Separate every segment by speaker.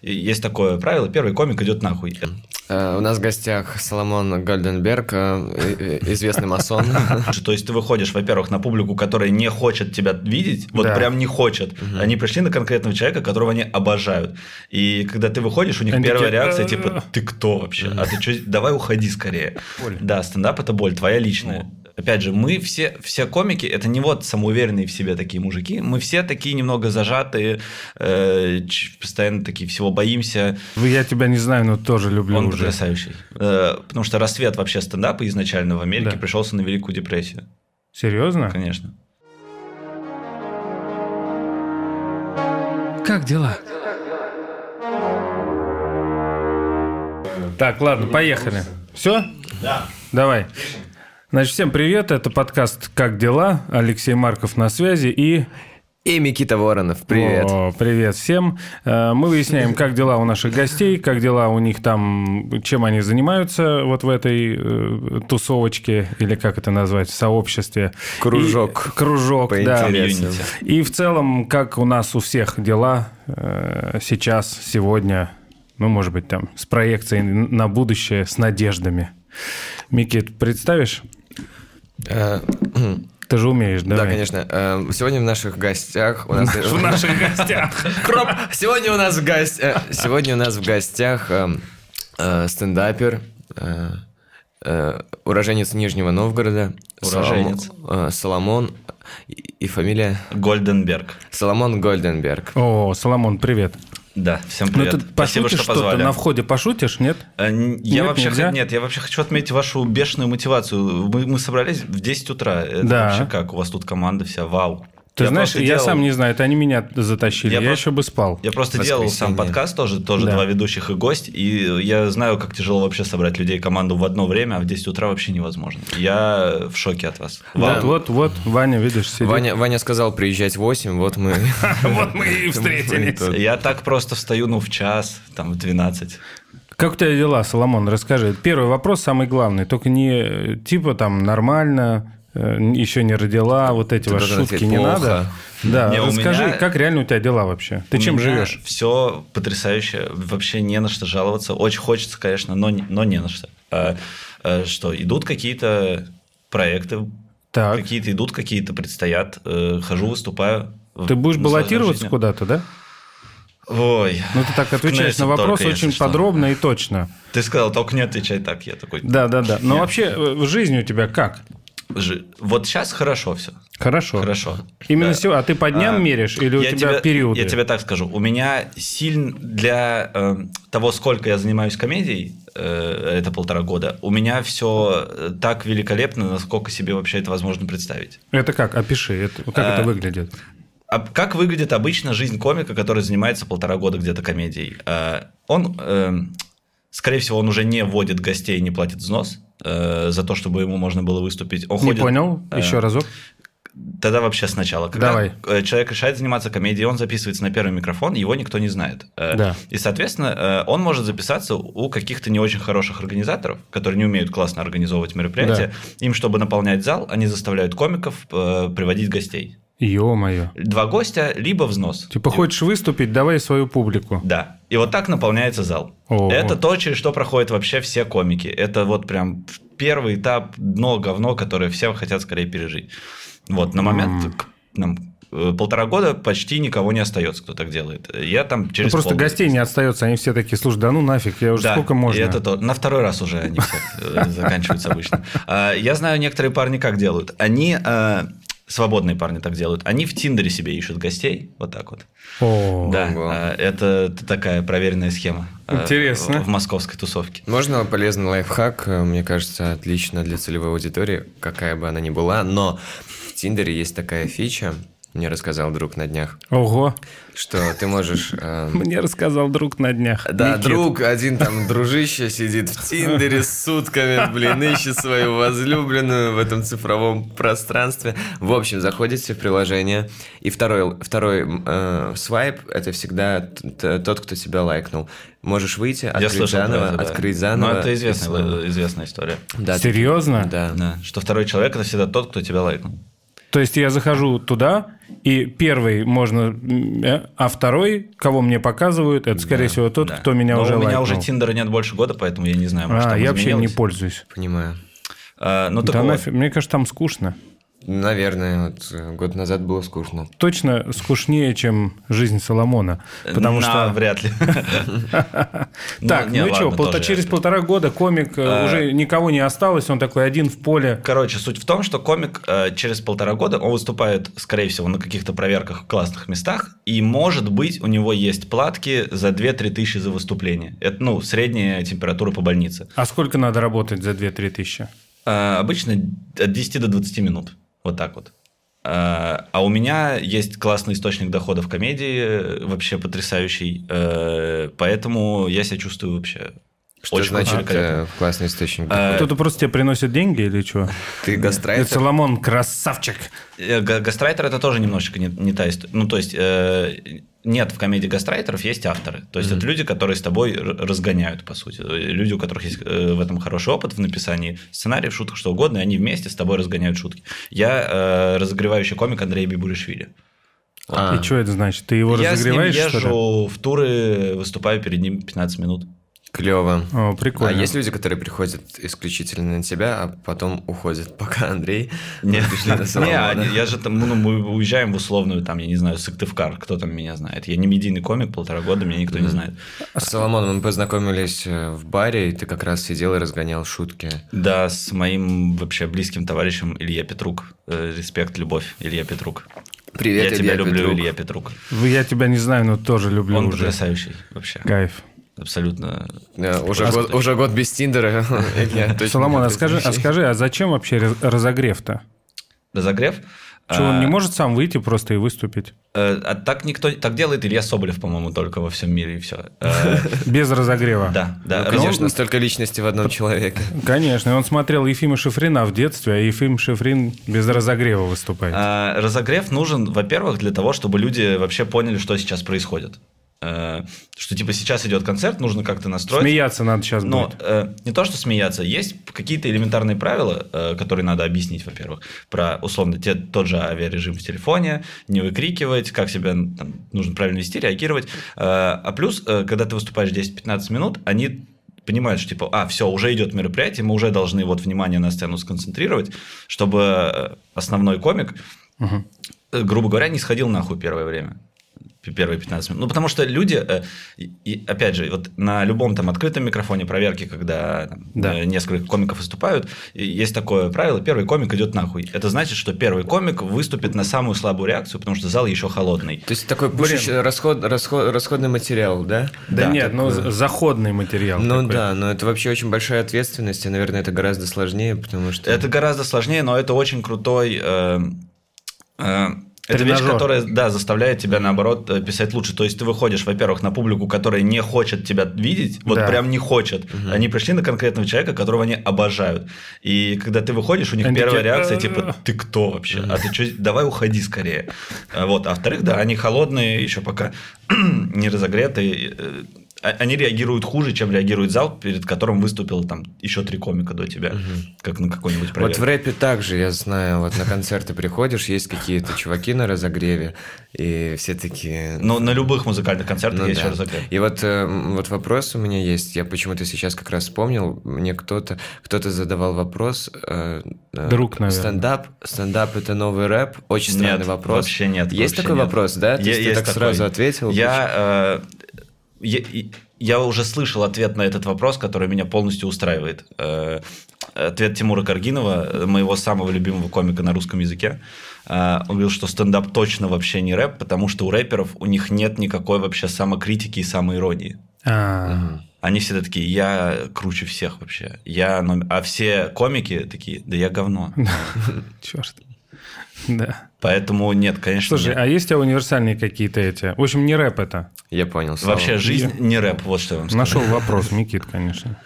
Speaker 1: есть такое правило, первый комик идет нахуй.
Speaker 2: Э, У нас в гостях Соломон Гольденберг, э, э, известный масон.
Speaker 1: То есть ты выходишь, во-первых, на публику, которая не хочет тебя видеть, вот
Speaker 3: Да.
Speaker 1: прям не хочет. Они пришли на конкретного человека, которого они обожают. И когда ты выходишь, у них
Speaker 3: Они
Speaker 1: первая
Speaker 3: такие,
Speaker 1: реакция
Speaker 3: «Э-э-э».
Speaker 1: типа «ты кто вообще? А ты что? Давай уходи скорее».
Speaker 3: Боль.
Speaker 1: Да, стендап – это боль, твоя личная. Опять же, мы все, все комики, это не вот самоуверенные в себе такие мужики, мы все такие немного зажатые, э, ч- постоянно такие всего боимся,
Speaker 3: Вы, я тебя не знаю, но тоже люблю
Speaker 1: он
Speaker 3: уже.
Speaker 1: потрясающий. Э, потому что рассвет вообще стендапа изначально в Америке
Speaker 3: Да.
Speaker 1: пришелся на Великую депрессию,
Speaker 3: Серьезно?
Speaker 1: конечно.
Speaker 3: Как дела? Так, ладно, поехали. Все? Да. Давай. Значит, всем привет, это подкаст «Как дела?». Алексей Марков на связи и...
Speaker 2: И Микита Воронов, привет.
Speaker 3: О, привет всем. Э, Мы выясняем, как дела у наших гостей, как дела у них там, чем они занимаются вот в этой э, тусовочке, или как это назвать, в сообществе.
Speaker 2: Кружок.
Speaker 3: И- кружок,
Speaker 2: По
Speaker 3: да.
Speaker 2: интересам.
Speaker 1: Комьюнити.
Speaker 3: И в целом, как у нас у всех дела э, сейчас, сегодня, ну, может быть, там, с проекцией на будущее, с надеждами. Микит, представишь?
Speaker 2: Э,
Speaker 3: Ты же умеешь, да?
Speaker 2: Да, конечно. Э, Сегодня в наших гостях у нас...
Speaker 3: В наших гостях.
Speaker 2: Кроп! Сегодня у нас в гостях... Сегодня у нас в гостях э, э, стендапер, э, э, уроженец Нижнего Новгорода.
Speaker 1: Уроженец.
Speaker 2: Соломо- э, Соломон. И и фамилия...
Speaker 1: Гольденберг.
Speaker 2: Соломон Гольденберг.
Speaker 3: О, Соломон, привет.
Speaker 1: Да, всем
Speaker 3: Ну,
Speaker 1: привет.
Speaker 3: ты
Speaker 1: Спасибо,
Speaker 3: пошутишь
Speaker 1: что
Speaker 3: что-то
Speaker 1: позвали.
Speaker 3: на входе, пошутишь, нет?
Speaker 1: Э, н- Я
Speaker 3: Нет,
Speaker 1: вообще
Speaker 3: нельзя?
Speaker 1: х- нет, я вообще хочу отметить вашу бешеную мотивацию. Мы, мы собрались в 10 утра. Это
Speaker 3: Да.
Speaker 1: вообще как? У вас тут команда вся, вау.
Speaker 3: Ты знаешь,
Speaker 1: просто
Speaker 3: я
Speaker 1: делал-
Speaker 3: сам не знаю, это они меня затащили,
Speaker 1: Я
Speaker 3: я,
Speaker 1: просто-
Speaker 3: еще бы спал.
Speaker 1: Я просто делал сам
Speaker 2: Воскресенье.
Speaker 1: подкаст тоже, тоже
Speaker 3: Да.
Speaker 1: два ведущих и гость, и я знаю, как тяжело вообще собрать людей команду в одно время, а в 10 утра вообще невозможно. Я в шоке от вас. Вау.
Speaker 3: Вот, вот, вот, Ваня, видишь, сидит.
Speaker 2: Ваня, Ваня сказал приезжать в 8, вот мы...
Speaker 3: Вот мы и встретились.
Speaker 2: Мы тут.
Speaker 1: Я так просто встаю, ну, в час, там, в 12.
Speaker 3: Как у тебя дела, Соломон? Расскажи. Первый вопрос, самый главный. Только не э, типа там нормально, э, еще не родила, вот эти
Speaker 2: Ты
Speaker 3: ваши
Speaker 2: должен
Speaker 3: шутки
Speaker 2: ответить,
Speaker 3: не
Speaker 2: «Плохо».
Speaker 3: надо. Да,
Speaker 1: Не, у
Speaker 3: расскажи,
Speaker 1: меня-
Speaker 3: как реально у тебя дела вообще? Ты чем живешь?
Speaker 1: Все потрясающе, вообще не на что жаловаться. Очень хочется, конечно, но, не- но не на что. А, а, что, идут какие-то проекты,
Speaker 3: Так.
Speaker 1: какие-то идут, какие-то предстоят. Э, хожу, выступаю.
Speaker 3: Ты
Speaker 1: Наслаждаюсь
Speaker 3: будешь баллотироваться
Speaker 1: жизнью.
Speaker 3: куда-то, да?
Speaker 1: Ой.
Speaker 3: Ну, ты так отвечаешь на
Speaker 1: Кнессет
Speaker 3: вопрос
Speaker 1: только, если
Speaker 3: очень
Speaker 1: что.
Speaker 3: подробно и точно.
Speaker 1: Ты сказал, только не отвечай так. Я такой...
Speaker 3: Да, да, да. Но вообще, э, жизнь у тебя как?
Speaker 1: «Жи- Вот сейчас хорошо все.
Speaker 3: Хорошо.
Speaker 1: Хорошо.
Speaker 3: Именно
Speaker 1: Да.
Speaker 3: сегодня. А ты по дням
Speaker 1: А,
Speaker 3: меришь или у
Speaker 1: я
Speaker 3: тебя
Speaker 1: тебе-
Speaker 3: периоды?
Speaker 1: Я тебе так скажу. У меня сильно для э, того, сколько я занимаюсь комедией, э, это полтора года, у меня все так великолепно, насколько себе вообще это возможно представить.
Speaker 3: Это как? Опиши, это- как
Speaker 1: А,
Speaker 3: это выглядит.
Speaker 1: А как выглядит обычно жизнь комика, который занимается полтора года где-то комедией? Э, Он, э, скорее всего, он уже не водит гостей, не платит взнос э, за то, чтобы ему можно было выступить. Он
Speaker 3: Не
Speaker 1: ходит-
Speaker 3: понял?
Speaker 1: э,
Speaker 3: Еще разок.
Speaker 1: Тогда вообще сначала. Когда
Speaker 3: Давай.
Speaker 1: э, человек решает заниматься комедией, он записывается на первый микрофон, его никто не знает. Э,
Speaker 3: Да.
Speaker 1: И, соответственно, э, он может записаться у каких-то не очень хороших организаторов, которые не умеют классно организовывать мероприятия. Им, чтобы наполнять зал, они заставляют комиков э, приводить гостей.
Speaker 3: Ё-моё.
Speaker 1: Два гостя, либо взнос.
Speaker 3: Типа,
Speaker 1: И-
Speaker 3: хочешь выступить, давай свою публику.
Speaker 1: Да. И вот так наполняется зал.
Speaker 3: О.
Speaker 1: Это то, через что проходят вообще все комики. Это вот прям первый этап, дно, говно, которое все хотят скорее пережить. Вот, на момент
Speaker 3: М.
Speaker 1: к- нам, э, полтора года почти никого не остается, кто так делает. Я там
Speaker 3: Ну,
Speaker 1: через
Speaker 3: просто
Speaker 1: полгода-
Speaker 3: гостей не остается, они все такие, слушай, да ну нафиг, я уже
Speaker 1: Да,
Speaker 3: сколько
Speaker 1: и
Speaker 3: можно.
Speaker 1: это то. На второй раз уже они все э, заканчиваются обычно. А, Я знаю, некоторые парни как делают. Они, э, свободные парни так делают, они в Тиндере себе ищут гостей, вот так вот.
Speaker 3: О,
Speaker 1: Да,
Speaker 2: Ого.
Speaker 1: а, это т- такая проверенная схема. а,
Speaker 3: Интересно.
Speaker 1: В в московской тусовке.
Speaker 2: Можно полезный лайфхак, э, мне кажется, отлично для целевой аудитории, какая бы она ни была, но в Тиндере есть такая фича, мне рассказал друг на днях,
Speaker 3: Ого.
Speaker 2: что ты можешь... э,
Speaker 3: Мне рассказал друг на днях.
Speaker 2: Да,
Speaker 3: Никит.
Speaker 2: друг один там дружище сидит в Тиндере с сутками, блин, ищет свою возлюбленную в этом цифровом пространстве. В общем, заходите в приложение, и второй, второй э, свайп — это всегда т- т- тот, кто тебя лайкнул. Можешь выйти,
Speaker 1: Я
Speaker 2: открыть
Speaker 1: слышал про
Speaker 2: заново,
Speaker 1: это, да.
Speaker 2: открыть заново.
Speaker 1: Ну, это
Speaker 2: и
Speaker 1: известная,
Speaker 2: снова.
Speaker 1: э, известная история.
Speaker 2: Да,
Speaker 3: Серьезно?
Speaker 2: Да.
Speaker 1: Да, Что второй человек это всегда тот, кто тебя лайкнул.
Speaker 3: То есть я захожу туда, и первый можно, м, э, а второй, кого мне показывают, это, скорее всего, тот,
Speaker 1: Да.
Speaker 3: кто меня
Speaker 1: Но
Speaker 3: уже
Speaker 1: у меня
Speaker 3: лайкнул.
Speaker 1: уже Тиндера нет больше года, поэтому я не знаю, может,
Speaker 3: А,
Speaker 1: там
Speaker 3: я вообще не
Speaker 1: изменилось.
Speaker 3: пользуюсь.
Speaker 2: Понимаю.
Speaker 1: А, ну, так
Speaker 3: Да
Speaker 1: вот.
Speaker 3: нафиг, Мне кажется, там скучно.
Speaker 2: Наверное, вот э, год назад было скучно.
Speaker 3: Точно скучнее, чем жизнь Соломона. Потому что...
Speaker 1: Вряд ли. Ну,
Speaker 3: Так,
Speaker 1: не,
Speaker 3: ну и
Speaker 1: ладно,
Speaker 3: что, полто-
Speaker 1: тоже
Speaker 3: через
Speaker 1: это.
Speaker 3: полтора года комик э,
Speaker 1: А.
Speaker 3: уже никого не осталось, он такой один в поле.
Speaker 1: Короче, суть в том, что комик э, через полтора года, он выступает, скорее всего, на каких-то проверках в классных местах, и, может быть, у него есть платки за 2-3 тысячи за выступление. Это, ну, средняя температура по больнице.
Speaker 3: А сколько надо работать за 2-3 тысячи?
Speaker 1: Э, обычно от 10 до 20 минут. Вот так вот. Э, а у меня есть классный источник дохода в комедии, э, вообще потрясающий. Э, поэтому я себя чувствую вообще
Speaker 2: Что
Speaker 1: очень
Speaker 2: значит
Speaker 1: великолепно.
Speaker 2: э, классный источник?
Speaker 1: Э, А
Speaker 3: Кто-то просто тебе приносит деньги или что?
Speaker 2: Ты
Speaker 3: Это
Speaker 2: гастрайтер?
Speaker 3: Соломон, красавчик.
Speaker 1: Э, га- Гастрайтер это тоже немножечко не, не та история. Ну, то есть, э, нет в комедии гастрайтеров, есть авторы. То есть, это люди, которые с тобой р- разгоняют, по сути. Э, Люди, у которых есть э, в этом хороший опыт в написании сценариев, шуток, что угодно, и они вместе с тобой разгоняют шутки. Я э, разогревающий комик Андрей Бибулишвили.
Speaker 2: А.
Speaker 3: И что это значит? Ты его
Speaker 1: Я с ним
Speaker 3: разогреваешь, что ли?
Speaker 1: езжу в туры, выступаю перед ним 15 минут.
Speaker 2: Клево.
Speaker 3: О,
Speaker 2: А
Speaker 3: прикольно.
Speaker 2: есть люди, которые приходят исключительно на тебя, а потом уходят, пока Андрей
Speaker 1: Нет,
Speaker 2: пришли до Соломона.
Speaker 1: не, я же там, ну, мы уезжаем в условную, там, я не знаю, Сыктывкар, кто там меня знает. Я не медийный комик, полтора года меня никто не знает.
Speaker 2: С Соломоном мы познакомились э, в баре, и ты как раз сидел и разгонял шутки.
Speaker 1: Да, с моим вообще близким товарищем Илья Петрук. Э, Респект, любовь, Илья Петрук. я
Speaker 2: Привет,
Speaker 1: тебя
Speaker 2: Илья
Speaker 1: люблю,
Speaker 2: Петрук.
Speaker 1: Илья Петрук.
Speaker 3: Вы- Я тебя не знаю, но тоже люблю
Speaker 1: Он
Speaker 3: уже.
Speaker 1: потрясающий вообще.
Speaker 3: Кайф.
Speaker 1: Абсолютно.
Speaker 2: Э, Уже
Speaker 1: Раз-
Speaker 2: год, уже год без Тиндера. Илья, точно
Speaker 3: Соломон, а
Speaker 2: без
Speaker 3: скажи, а
Speaker 2: друзей.
Speaker 3: скажи, а зачем вообще раз- разогрев-то?
Speaker 1: Разогрев.
Speaker 3: Что, он
Speaker 1: А,
Speaker 3: не может сам выйти просто и выступить?
Speaker 1: э, а так никто... Так делает Илья Соболев, по-моему, только во всем мире, и все.
Speaker 3: Без разогрева?
Speaker 1: Да, да.
Speaker 2: Ну,
Speaker 1: раз-
Speaker 2: Конечно, столько личности в одном человеке.
Speaker 3: Конечно, и он смотрел Ефима Шифрина в детстве, а Ефим Шифрин без разогрева выступает.
Speaker 1: А, Разогрев нужен, во-первых, для того, чтобы люди вообще поняли, что сейчас происходит. Э, Что типа сейчас идет концерт, нужно как-то настроиться.
Speaker 3: Смеяться надо сейчас
Speaker 1: Но
Speaker 3: будет.
Speaker 1: э, не то, что смеяться, есть какие-то элементарные правила, э, которые надо объяснить, во-первых, про условно те, тот же авиарежим в телефоне, не выкрикивать, как себя там, нужно правильно вести, реагировать. Э, а плюс, э, когда ты выступаешь 10-15 минут, они понимают, что типа, а, все, уже идет мероприятие, мы уже должны вот внимание на сцену сконцентрировать, чтобы э, основной комик,
Speaker 3: Мгм.
Speaker 1: э, грубо говоря, не сходил нахуй первое время п- первые 15 минут. Ну, потому что люди, э, и- и, опять же, вот на любом там открытом микрофоне проверки, когда там,
Speaker 3: Да.
Speaker 1: э, несколько комиков выступают, и есть такое правило, первый комик идет нахуй. Это значит, что первый комик выступит на самую слабую реакцию, потому что зал еще холодный.
Speaker 2: То есть такой пушечный расход, расход- расходный материал, да?
Speaker 3: Да,
Speaker 1: да,
Speaker 3: нет, ну за- заходный материал.
Speaker 2: Ну
Speaker 3: такой.
Speaker 2: да, но это вообще очень большая ответственность, и, наверное, это гораздо сложнее, потому что...
Speaker 1: Это гораздо сложнее, но это очень крутой... э, э, это вещь,
Speaker 3: Тренажер.
Speaker 1: которая, да, заставляет тебя, наоборот, э, писать лучше. То есть ты выходишь, во-первых, на публику, которая не хочет тебя видеть, вот
Speaker 3: Да.
Speaker 1: прям не хочет. Они пришли на конкретного человека, которого они обожают. И когда ты выходишь, у них
Speaker 3: Они
Speaker 1: первая
Speaker 3: такие, «Э,
Speaker 1: реакция
Speaker 3: «А-а-а».
Speaker 1: типа «Ты кто вообще? А ты что? Давай уходи скорее». А Вот. А во-вторых, да, они холодные, еще пока не разогретые. э, а- Они реагируют хуже, чем реагирует зал, перед которым выступил там еще три комика до тебя, как на какой-нибудь проверке.
Speaker 2: Вот в рэпе также, я знаю, вот на концерты приходишь, есть какие-то чуваки на разогреве, и все такие...
Speaker 1: Но на любых музыкальных концертах
Speaker 2: Ну
Speaker 1: есть
Speaker 2: да.
Speaker 1: еще разогрев.
Speaker 2: И вот, э, м, вот вопрос у меня есть. Я почему-то сейчас как раз вспомнил. Мне кто-то кто-то задавал вопрос. э, э,
Speaker 3: Друг, наверное.
Speaker 2: Стендап. Стендап это новый рэп. Очень странный
Speaker 1: Нет,
Speaker 2: вопрос.
Speaker 1: вообще нет,
Speaker 2: Есть
Speaker 1: вообще
Speaker 2: такой
Speaker 1: нет.
Speaker 2: вопрос, да? То
Speaker 1: Е-
Speaker 2: есть ты
Speaker 1: есть
Speaker 2: так
Speaker 1: такой.
Speaker 2: сразу ответил.
Speaker 1: Я, э, я, и- я уже слышал ответ на этот вопрос, который меня полностью устраивает. Э, ответ Тимура Каргинова, э, моего самого любимого комика на русском языке. Э, он говорил, что стендап точно вообще не рэп, потому что у рэперов у них нет никакой вообще самокритики и самоиронии.
Speaker 3: А,
Speaker 1: Они всегда такие, я круче всех вообще. Я номер-». А все комики такие, да я говно.
Speaker 3: черт. Да.
Speaker 1: Поэтому нет, конечно.
Speaker 3: Слушай,
Speaker 1: нет.
Speaker 3: а есть у тебя универсальные какие-то эти? В общем, не рэп это.
Speaker 2: а Я понял. Слава.
Speaker 1: Вообще жизнь не рэп, вот что я вам скажу.
Speaker 3: Нашел вопрос, Микит, конечно.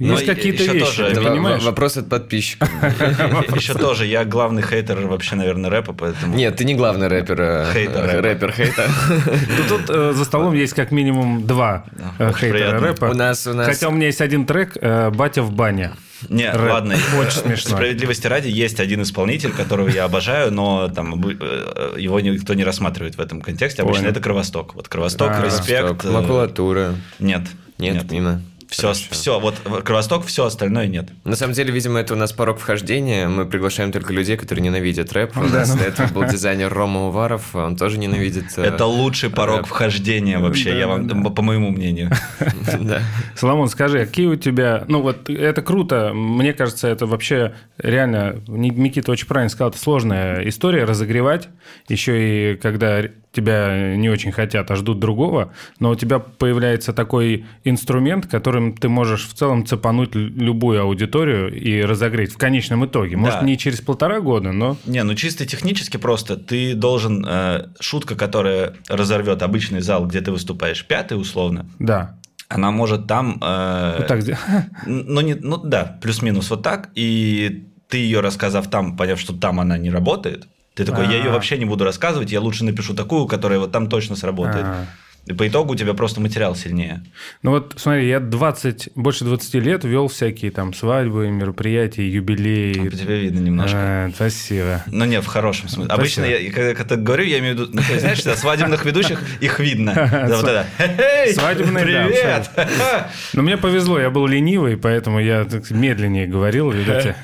Speaker 1: Но
Speaker 3: Есть
Speaker 1: Ну, и-
Speaker 3: какие-то
Speaker 1: еще
Speaker 3: вещи,
Speaker 1: тоже
Speaker 3: ты
Speaker 2: Это во-
Speaker 3: понимаешь?
Speaker 2: вопрос от подписчиков.
Speaker 1: Еще тоже, я главный хейтер вообще, наверное, рэпа, поэтому...
Speaker 2: Нет, ты не главный рэпер. э,
Speaker 1: Хейтер
Speaker 2: э,
Speaker 1: рэпа.
Speaker 2: Рэпер хейта.
Speaker 3: Ну, Тут э, за столом есть как минимум два
Speaker 1: Да,
Speaker 3: э,
Speaker 1: очень
Speaker 3: хейтера
Speaker 1: приятно.
Speaker 3: рэпа.
Speaker 2: У нас- у нас-
Speaker 3: Хотя у меня есть один трек э, «Батя в бане».
Speaker 1: Не,
Speaker 3: Рэп.
Speaker 1: ладно.
Speaker 3: Очень смешно.
Speaker 1: Справедливости ради, есть один исполнитель, которого я обожаю, но там бы- э, его никто не рассматривает в этом контексте. Обычно
Speaker 3: Понял.
Speaker 1: это Кровосток. Вот Кровосток,
Speaker 3: А,
Speaker 1: респект. э,
Speaker 2: Макулатура.
Speaker 1: Нет.
Speaker 2: Нет, мимо.
Speaker 1: Все, все, вот э, Кровосток, все остальное нет.
Speaker 2: На самом деле, видимо, это у нас порог вхождения. Мы приглашаем только людей, которые ненавидят рэп. У
Speaker 3: ну
Speaker 2: нас до этого был дизайнер Рома Уваров, он тоже ненавидит. э,
Speaker 1: Это лучший порог
Speaker 2: рэп.
Speaker 1: вхождения вообще, я вам, м, по моему мнению.
Speaker 2: Да.
Speaker 3: Соломон, скажи, а какие у тебя... Ну вот это круто, мне кажется, это вообще реально... Ни- Никита очень правильно сказал, это сложная история разогревать, еще и когда р- тебя не очень хотят, а ждут другого, но у тебя появляется такой инструмент, которым ты можешь в целом цепануть лю- любую аудиторию и разогреть в конечном итоге. Может,
Speaker 1: Да.
Speaker 3: не через полтора года, но...
Speaker 1: Не, ну чисто технически просто ты должен э, шутка, которая разорвет обычный зал, где ты выступаешь, пятый условно,
Speaker 3: Да.
Speaker 1: она может там. э,
Speaker 3: Вот так сдел-
Speaker 1: Н- Ну, не, ну да, плюс-минус вот так. И ты ее рассказав там, поняв, что там она не работает, ты такой, я ее
Speaker 3: А.
Speaker 1: вообще не буду рассказывать, я лучше напишу такую, которая вот там точно сработает.
Speaker 3: А.
Speaker 1: И по итогу у тебя просто материал сильнее.
Speaker 3: Ну вот, смотри, я 20, больше 20 лет вел всякие там свадьбы, мероприятия, юбилеи.
Speaker 1: По тебе видно немножко.
Speaker 3: А, спасибо.
Speaker 1: Ну, не, в хорошем смысле.
Speaker 3: Спасибо.
Speaker 1: Обычно, я, и когда я так говорю, я имею в виду, ну, ты знаешь, что свадебных ведущих их видно. Да, вот это. «Хе-хей,
Speaker 3: Свадебные, да,
Speaker 1: Привет!
Speaker 3: Но Ну, мне повезло, я был ленивый, поэтому я так медленнее говорил, видите.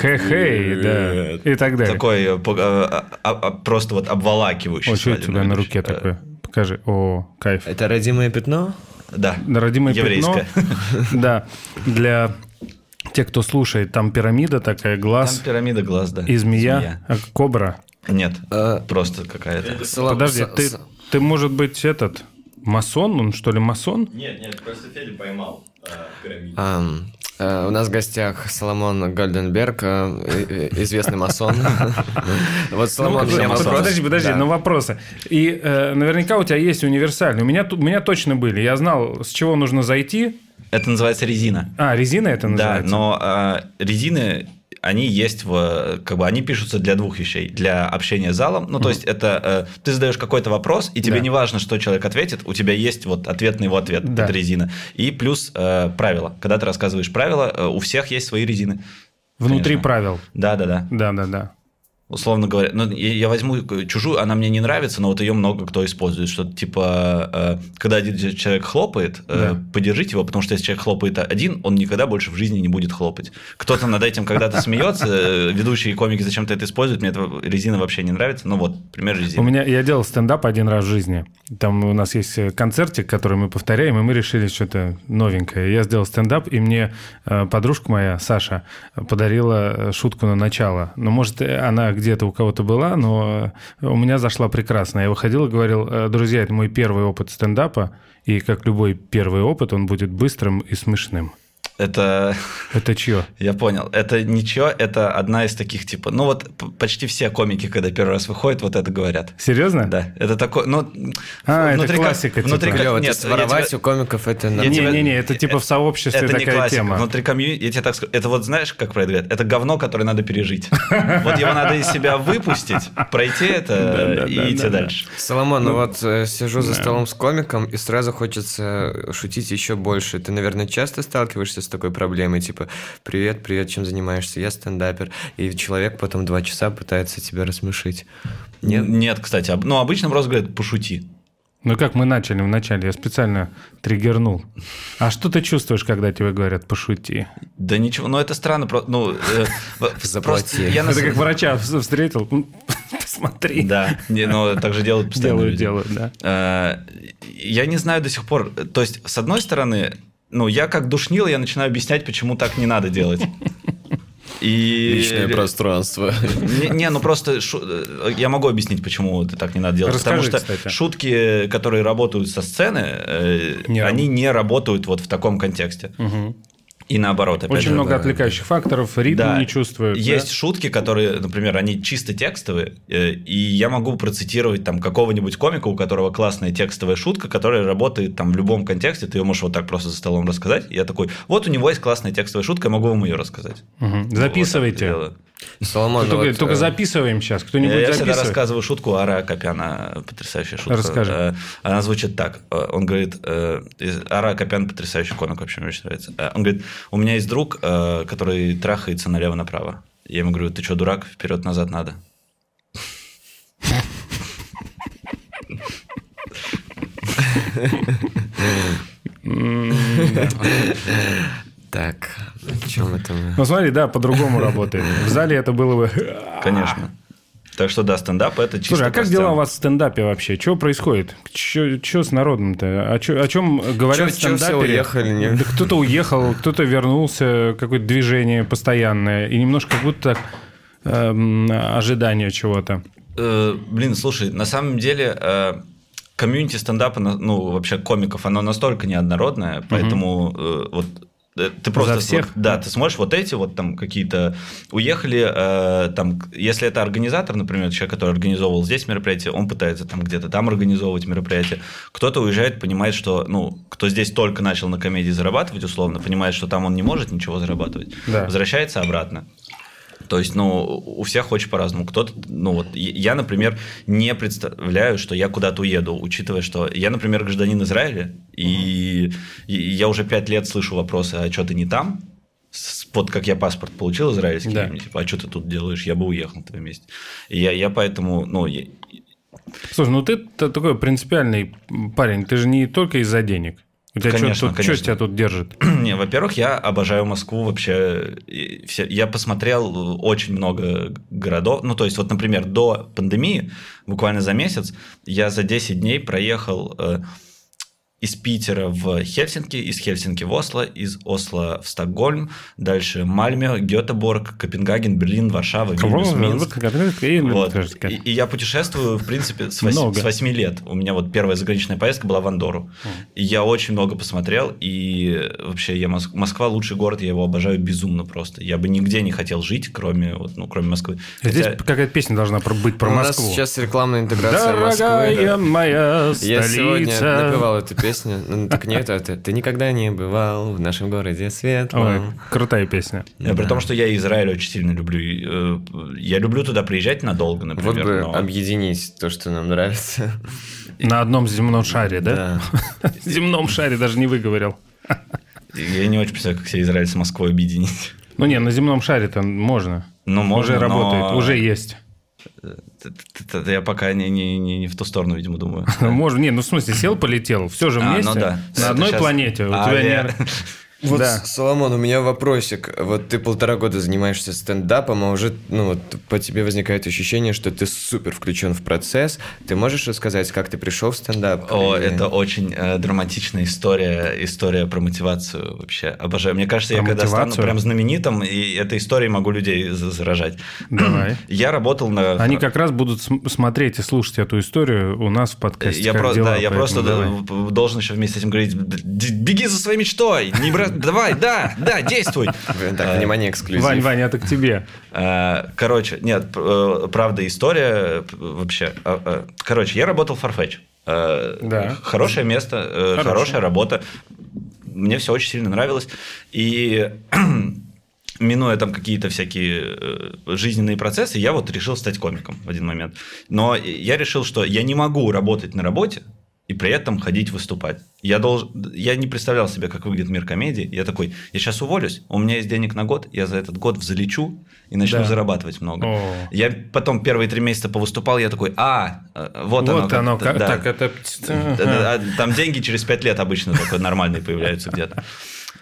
Speaker 3: Хе-хей, да, и так далее.
Speaker 1: Такой э, по- э, а- а- просто вот обволакивающий.
Speaker 3: О, что у
Speaker 1: свадебный
Speaker 3: тебя на
Speaker 1: ведущий.
Speaker 3: руке
Speaker 1: Э,
Speaker 3: такое? Покажи. О, кайф.
Speaker 2: Это родимое пятно?
Speaker 1: Да.
Speaker 3: Да, родимое
Speaker 1: Еврейское.
Speaker 3: пятно. Да, для тех, кто слушает, там пирамида такая,
Speaker 1: Там
Speaker 3: глаз
Speaker 1: пирамида глаз, да.
Speaker 3: А и змея, а кобра.
Speaker 1: Нет,
Speaker 2: Э,
Speaker 1: просто какая-то.
Speaker 2: Соло-
Speaker 3: Подожди,
Speaker 2: Со-
Speaker 3: ты,
Speaker 2: Со-
Speaker 3: ты, может быть, этот, масон, он что ли масон?
Speaker 1: Нет, нет, просто Федя поймал а, пирамиду.
Speaker 2: Ам, э, У нас в гостях Соломон Гольденберг, э, э, э, известный масон. Вот
Speaker 3: Ну,
Speaker 2: Соломон
Speaker 3: вот,
Speaker 2: меня
Speaker 3: вот,
Speaker 2: вопрос.
Speaker 3: подожди, подожди, ну,
Speaker 2: Да.
Speaker 3: но вопросы. И э, наверняка у тебя есть универсальные. У меня, тут- у меня точно были. Я знал, с чего нужно зайти.
Speaker 1: Это называется резина.
Speaker 3: А, резина это
Speaker 1: Да,
Speaker 3: называется?
Speaker 1: но а, резины, они есть в... э, Как бы они пишутся для двух вещей. Для общения с залом. Ну, то есть это... э, Ты задаешь какой-то вопрос, и тебе
Speaker 3: Да.
Speaker 1: не важно, что человек ответит, у тебя есть вот ответ на его ответ.
Speaker 3: Да.
Speaker 1: Это резина. И плюс э, правила. Когда ты рассказываешь правила, э, у всех есть свои резины.
Speaker 3: Внутри
Speaker 1: Конечно.
Speaker 3: правил.
Speaker 1: Да-да-да.
Speaker 3: Да-да-да.
Speaker 1: Условно говоря, ну, я я возьму чужую, она мне не нравится, но вот ее много кто использует. Что-то типа, э, когда один ч- человек хлопает, э,
Speaker 3: Да.
Speaker 1: поддержите его, потому что если человек хлопает один, он никогда больше в жизни не будет хлопать. Кто-то над этим когда-то смеется, э, ведущие и комики зачем-то это используют, мне эта резина вообще не нравится. Ну вот, пример
Speaker 3: У
Speaker 1: резины.
Speaker 3: меня я делал стендап один раз в жизни. Там у нас есть э, концертик, который мы повторяем, и мы решили что-то новенькое. Я сделал стендап, и мне э, подружка моя Саша э, подарила э, шутку на начало. Ну, может, э, она где-то у кого-то была, но э, у меня зашла прекрасно. Я выходил и говорил: «Э, друзья, это мой первый опыт стендапа, и как любой первый опыт, он будет быстрым и смешным.
Speaker 1: Это
Speaker 3: Это чье?
Speaker 1: Я понял. Это ничего, это одна из таких типа. Ну вот п- почти все комики, когда первый раз выходят, вот это говорят.
Speaker 3: Серьезно?
Speaker 1: Да, это такое, ну...
Speaker 3: А, это
Speaker 1: внутри как-
Speaker 3: классика,
Speaker 1: Внутри
Speaker 3: типа.
Speaker 1: как-
Speaker 2: Клёво, то
Speaker 1: нет,
Speaker 2: есть
Speaker 1: я
Speaker 2: воровать
Speaker 1: тебя-
Speaker 2: у комиков это
Speaker 1: Я
Speaker 2: нормально.
Speaker 1: тебя-
Speaker 3: Не-не-не, это типа в сообществе
Speaker 1: это не
Speaker 3: такая
Speaker 1: классика.
Speaker 3: тема.
Speaker 1: Внутри комьюнити, я тебе так скажу, это вот знаешь, как про это говорят? Это говно, которое надо пережить. Вот его надо из себя выпустить, пройти это
Speaker 3: Да-да-да-да-да.
Speaker 1: и идти дальше.
Speaker 2: Соломон, ну, вот э, сижу за столом с комиком, и сразу хочется э, шутить еще больше. Ты, наверное, часто сталкиваешься с такой проблемой, типа, привет, привет, чем занимаешься? Я стендапер. И человек потом два часа пытается тебя рассмешить. Нет?
Speaker 1: Нет, кстати, об- ну обычно просто говорят, пошути.
Speaker 3: Ну как мы начали вначале, я специально триггернул. А что ты чувствуешь, когда тебе говорят «пошути»?
Speaker 1: Да ничего, ну это странно, про- ну... э, в-
Speaker 2: Заплати.
Speaker 1: просто я на
Speaker 3: Это
Speaker 1: самом-
Speaker 3: как врача вс- встретил, «М, посмотри,
Speaker 1: Да, не, ну так же делают постоянно
Speaker 3: делаю,
Speaker 1: люди.
Speaker 3: делаю, да.
Speaker 1: Э, Я не знаю до сих пор. То есть, с одной стороны, ну, я как душнил, я начинаю объяснять, почему так не надо делать. И...
Speaker 2: пространство.
Speaker 1: Не, не, ну просто шу- э, я могу объяснить, почему это так не надо делать.
Speaker 3: Расскажи,
Speaker 1: Потому что
Speaker 3: кстати.
Speaker 1: шутки, которые работают со сцены, э,
Speaker 3: Не
Speaker 1: они не работают вот в таком контексте. И наоборот, опять
Speaker 3: Очень
Speaker 1: же,
Speaker 3: много
Speaker 1: да.
Speaker 3: отвлекающих факторов, ритм
Speaker 1: Да.
Speaker 3: не чувствуют. да?
Speaker 1: Есть шутки, которые, например, они чисто текстовые, э, и я могу процитировать там какого-нибудь комика, у которого классная текстовая шутка, которая работает там в любом контексте, ты ее можешь вот так просто за столом рассказать. Я такой, вот у него есть классная текстовая шутка, я могу вам ее рассказать.
Speaker 3: Мгм.
Speaker 1: Вот так я
Speaker 3: Записывайте.
Speaker 1: делаю.
Speaker 2: Соломон, ну
Speaker 3: только,
Speaker 2: вот,
Speaker 3: только
Speaker 2: э,
Speaker 3: записываем сейчас. Кто-нибудь
Speaker 1: Я, я всегда
Speaker 3: записывает.
Speaker 1: рассказываю шутку Ара Копяна, потрясающая шутка.
Speaker 3: Расскажи.
Speaker 1: Э, Она звучит так. Э, Он говорит, э, из- Ара Копян потрясающий комик, вообще мне очень нравится. Э, Он говорит, у меня есть друг, э, который трахается налево-направо. Я ему говорю, ты что, дурак, вперед-назад надо.
Speaker 2: Так, о чем это мы?
Speaker 3: Ну смотри, да, по-другому работает. В зале это было бы...
Speaker 1: Конечно. Так что да, стендап это чисто.
Speaker 3: А. Слушай, а
Speaker 1: про
Speaker 3: как дела
Speaker 1: сцену.
Speaker 3: у вас в стендапе вообще? Что происходит? Что с народом-то? О, чё- о чем говорят в
Speaker 2: Чё- чё все
Speaker 3: стендапере?
Speaker 2: уехали, не?
Speaker 3: Да кто-то уехал, кто-то вернулся, какое-то движение постоянное. И немножко как будто так эм, ожидание чего-то.
Speaker 1: Э, блин, слушай, на самом деле э, комьюнити стендапа, на- ну вообще комиков, оно настолько неоднородное, поэтому э, вот э, ты просто
Speaker 3: За всех?
Speaker 1: смо- да, ты смотришь вот эти вот там какие-то уехали э, там, к- если это организатор, например, человек, который организовывал здесь мероприятие, он пытается там где-то там организовывать мероприятие. Кто-то уезжает, понимает, что ну кто здесь только начал на комедии зарабатывать условно, понимает, что там он не может ничего зарабатывать,
Speaker 3: Да.
Speaker 1: возвращается обратно. То есть, ну, у всех очень по-разному. Кто-то, ну, вот и- я, например, не представляю, что я куда-то уеду, учитывая, что я, например, гражданин Израиля, и, и я уже пять лет слышу вопросы, а что ты не там? С- Вот как я паспорт получил израильский,
Speaker 3: Да.
Speaker 1: мне типа, а что ты тут делаешь? Я бы уехал на твоем месте. И я, я поэтому, ну, я-
Speaker 3: Слушай, ну ты т- такой принципиальный парень. Ты же не только из-за денег. У тебя
Speaker 1: Конечно,
Speaker 3: что, тут, чё
Speaker 1: конечно.
Speaker 3: тебя тут держит?
Speaker 1: Не, во-первых, я обожаю Москву вообще. И все- Я посмотрел э, очень много городов. Ну, то есть, вот, например, до пандемии, буквально за месяц, я за 10 дней проехал э, из Питера в Хельсинки, из Хельсинки в Осло, из Осло в Стокгольм, дальше Мальме, Гетеборг, Копенгаген, Берлин, Варшава, Вильнюс, Минск. Вот. И, и я путешествую, в принципе, с 8,
Speaker 3: Много.
Speaker 1: лет. У меня вот первая заграничная поездка была в Андору. И я очень много посмотрел, и вообще я Мос- Москва лучший город, я его обожаю безумно просто. Я бы нигде не хотел жить, кроме, вот, ну, кроме Москвы.
Speaker 3: А Здесь
Speaker 1: Хотя-
Speaker 3: какая-то песня должна про- быть про
Speaker 2: Ну, У нас
Speaker 3: Москву.
Speaker 2: сейчас рекламная интеграция Москвы.
Speaker 3: Дорогая моя
Speaker 2: Я сегодня
Speaker 3: столица.
Speaker 2: напевал эту песню. Ну, так нет, это ты никогда не бывал в нашем городе
Speaker 3: Ой,
Speaker 2: светлом.
Speaker 3: крутая песня.
Speaker 1: э, При том, что я Израиль очень сильно люблю. и, э, Я люблю туда приезжать надолго,
Speaker 2: Вот
Speaker 1: например.
Speaker 2: бы
Speaker 1: но-
Speaker 2: объединить то, что нам нравится.
Speaker 3: На одном земном шаре, да? Земном шаре даже не выговорил.
Speaker 1: Я не очень представляю, как себе Израиль с Москвой объединить.
Speaker 3: Ну не, на земном шаре-то можно.
Speaker 1: Ну, можно, но-
Speaker 3: Уже работает, уже есть.
Speaker 1: Т- т- т- Я пока не, не, не, не в ту сторону, видимо, думаю.
Speaker 3: Можно, не, ну в смысле, сел, полетел, все же
Speaker 1: А, ну
Speaker 3: вместе,
Speaker 1: да. Это
Speaker 3: на одной
Speaker 1: щас
Speaker 3: планете. У тебя
Speaker 1: авиа.
Speaker 3: не-
Speaker 2: Вот,
Speaker 3: Да.
Speaker 2: С- Соломон, у меня вопросик. Вот ты полтора года занимаешься стендапом, а уже, ну, вот по тебе возникает ощущение, что ты супер включен в процесс. Ты можешь рассказать, как ты пришел в стендап?
Speaker 1: О,
Speaker 2: И-
Speaker 1: это очень э, драматичная история, история про мотивацию вообще. Обожаю. Мне кажется, я
Speaker 3: Про
Speaker 1: когда стану
Speaker 3: мотивацию?
Speaker 1: прям знаменитым, и этой историей могу людей за- заражать.
Speaker 3: Давай.
Speaker 1: Я работал на...
Speaker 3: Они как раз будут см- смотреть и слушать эту историю у нас в подкасте.
Speaker 1: я
Speaker 3: «Как
Speaker 1: просто,
Speaker 3: дела?»,
Speaker 1: да, я
Speaker 3: поэтому
Speaker 1: просто
Speaker 3: давай.
Speaker 1: д- должен еще вместе с этим говорить, «Д- д- беги за своей мечтой, не бра- давай, да, да, действуй. Э,
Speaker 2: Блин, Так, внимание, эксклюзив.
Speaker 3: Вань, Вань, это к тебе.
Speaker 1: А, Короче, нет, п- э, правда история э, п- вообще. а, а, Короче, я работал в Farfetch. Э,
Speaker 3: Да.
Speaker 1: Хорошее место, э,
Speaker 3: Хорошее.
Speaker 1: хорошая работа. Мне все очень сильно нравилось. И минуя там какие-то всякие э, жизненные процессы, я вот решил стать комиком в один момент. Но я решил, что я не могу работать на работе и при этом ходить выступать. Я, должен, я не представлял себе, как выглядит мир комедии. Я такой, я сейчас уволюсь, у меня есть денег на год, я за этот год взлечу и начну
Speaker 3: Да.
Speaker 1: зарабатывать много.
Speaker 3: О.
Speaker 1: Я потом первые три месяца повыступал, я такой, а, э, вот, оно.
Speaker 3: Вот оно,
Speaker 1: как-то,
Speaker 3: как-
Speaker 1: да».
Speaker 3: так это...
Speaker 1: Да, да, а Там деньги через пять лет обычно такой нормальные появляются где-то.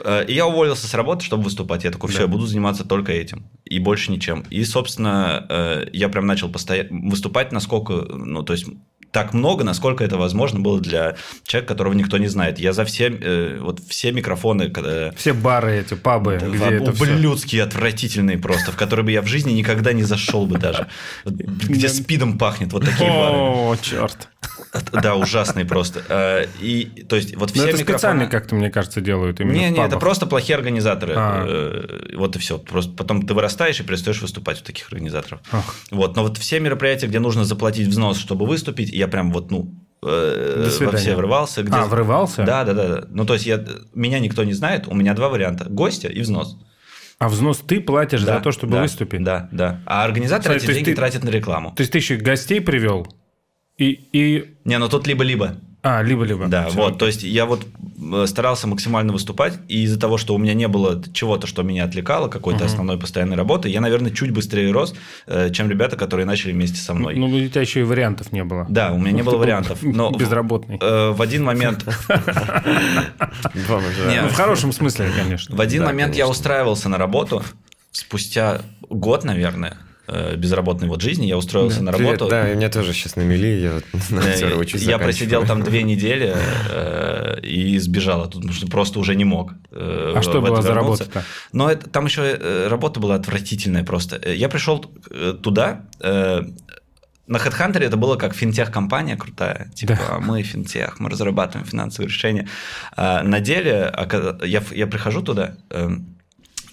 Speaker 1: Э, И я уволился с работы, чтобы выступать. Я такой, все, я буду заниматься только этим. И больше ничем. И, собственно, э, я прям начал постоя- выступать, насколько, ну, то есть, так много, насколько это возможно было для человека, которого никто не знает. Я за все, э, вот все микрофоны, когда-
Speaker 3: Все бары эти, пабы, где
Speaker 1: Об-
Speaker 3: это все.
Speaker 1: ублюдские, отвратительные просто, в которые бы я в жизни никогда не зашел бы даже. Вот Где спидом пахнет, вот такие бары.
Speaker 3: О, черт.
Speaker 1: Да, ужасный просто. Э, И, то есть, вот
Speaker 3: Но
Speaker 1: все
Speaker 3: Ну, это специально
Speaker 1: микрофоны...
Speaker 3: как-то, мне кажется, делают именно
Speaker 1: Не,
Speaker 3: в
Speaker 1: не, это
Speaker 3: пабах.
Speaker 1: просто плохие организаторы.
Speaker 3: А.
Speaker 1: Э, Вот и все. Просто потом ты вырастаешь и перестаешь выступать у таких организаторов.
Speaker 3: Ах.
Speaker 1: Вот, но вот все мероприятия, где нужно заплатить взнос, чтобы выступить, я прям вот, ну, э,
Speaker 3: До свидания.
Speaker 1: во все врывался. Где...
Speaker 3: А, врывался?
Speaker 1: Да, да, да. да. Ну, то есть, я... меня никто не знает, у меня два варианта. Гостя и взнос.
Speaker 3: А взнос ты платишь
Speaker 1: Да,
Speaker 3: за то, чтобы
Speaker 1: да,
Speaker 3: выступить?
Speaker 1: Да, да. А организаторы
Speaker 3: Смотри,
Speaker 1: эти
Speaker 3: то есть
Speaker 1: деньги
Speaker 3: ты-
Speaker 1: тратят на рекламу.
Speaker 3: То есть ты еще и гостей привел и... и...
Speaker 1: Не, ну тут либо-либо.
Speaker 3: А, либо-либо.
Speaker 1: Да,
Speaker 3: Всё.
Speaker 1: вот, то есть я вот э, старался максимально выступать, и из-за того, что у меня не было чего-то, что меня отвлекало, какой-то основной постоянной работы, я, наверное, чуть быстрее рос, э, чем ребята, которые начали вместе со мной.
Speaker 3: Ну, у тебя еще и вариантов не было. Ну,
Speaker 1: да, у меня не
Speaker 3: Ты
Speaker 1: было
Speaker 2: ну,
Speaker 3: был
Speaker 1: вариантов, но в,
Speaker 3: Безработный.
Speaker 1: э, в один момент,
Speaker 2: Вам же-
Speaker 1: Не,
Speaker 3: Ну, в хорошем смысле, конечно.
Speaker 1: в один
Speaker 2: Да,
Speaker 1: момент я
Speaker 2: конечно.
Speaker 1: устраивался на работу, спустя год, наверное, э, безработной вот жизни, я устроился на
Speaker 2: Привет,
Speaker 1: работу.
Speaker 2: да, и меня тоже сейчас намели, я вот на
Speaker 1: Э,
Speaker 2: актера учусь,
Speaker 1: Я
Speaker 2: заканчиваю.
Speaker 1: просидел там две недели э, и сбежал оттуда, потому что просто уже не мог. э,
Speaker 3: А что была за работа-то?
Speaker 1: Но это, там еще э, работа была отвратительная просто. Э, Я пришел э, туда. э, на HeadHunter это было как финтех-компания крутая. Типа,
Speaker 3: Да.
Speaker 1: «А мы финтех, мы разрабатываем финансовые решения. А на деле, ока- я, в- я прихожу туда, эм,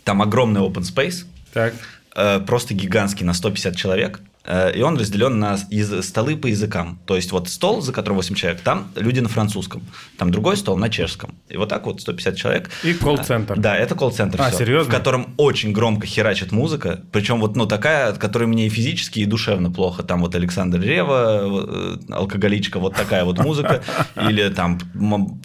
Speaker 1: там огромный open space,
Speaker 3: Так.
Speaker 1: э, просто гигантский на 150 человек. э, И он разделен на с- из- столы по языкам. То есть вот стол, за которым 8 человек, там люди на французском. Там другой стол на чешском. И вот так вот 150 человек.
Speaker 3: И колл-центр.
Speaker 1: Да, это колл-центр.
Speaker 3: А,
Speaker 1: всё,
Speaker 3: серьезно?
Speaker 1: В котором очень громко херачит музыка. Причем вот ну, такая, от которой мне и физически, и душевно плохо. Там вот Александр Рева, э, алкоголичка, вот такая вот музыка. Или там м,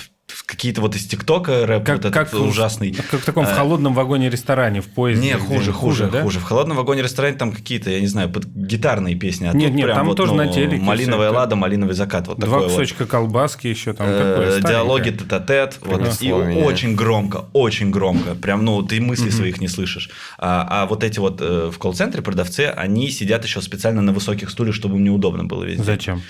Speaker 1: какие-то вот из ТикТока рэп вот этот
Speaker 3: в-
Speaker 1: ужасный.
Speaker 3: Как в таком в
Speaker 1: Э,
Speaker 3: холодном вагоне-ресторане в поезде.
Speaker 1: не,
Speaker 3: где-
Speaker 1: хуже, хуже,
Speaker 3: да?
Speaker 1: хуже. В холодном вагоне ресторане там какие-то, я не знаю, под гитарные песни. А
Speaker 3: Нет,
Speaker 1: тут
Speaker 3: нет,
Speaker 1: прям
Speaker 3: там
Speaker 1: вот,
Speaker 3: тоже
Speaker 1: ну,
Speaker 3: на телеке
Speaker 1: Малиновая
Speaker 3: всё это.
Speaker 1: лада, малиновый закат. Вот
Speaker 3: Два
Speaker 1: такое вот.
Speaker 3: кусочка колбаски еще там.
Speaker 1: Э,
Speaker 3: такое старенькое.
Speaker 1: диалоги тет-а-тет, вот, и
Speaker 2: Принесло меня.
Speaker 1: очень громко, очень громко, прям, ну, ты мысли своих не слышишь. А, а вот эти вот э, в колл-центре продавцы, они сидят еще специально на высоких стульях, чтобы им неудобно было везде.
Speaker 3: Зачем?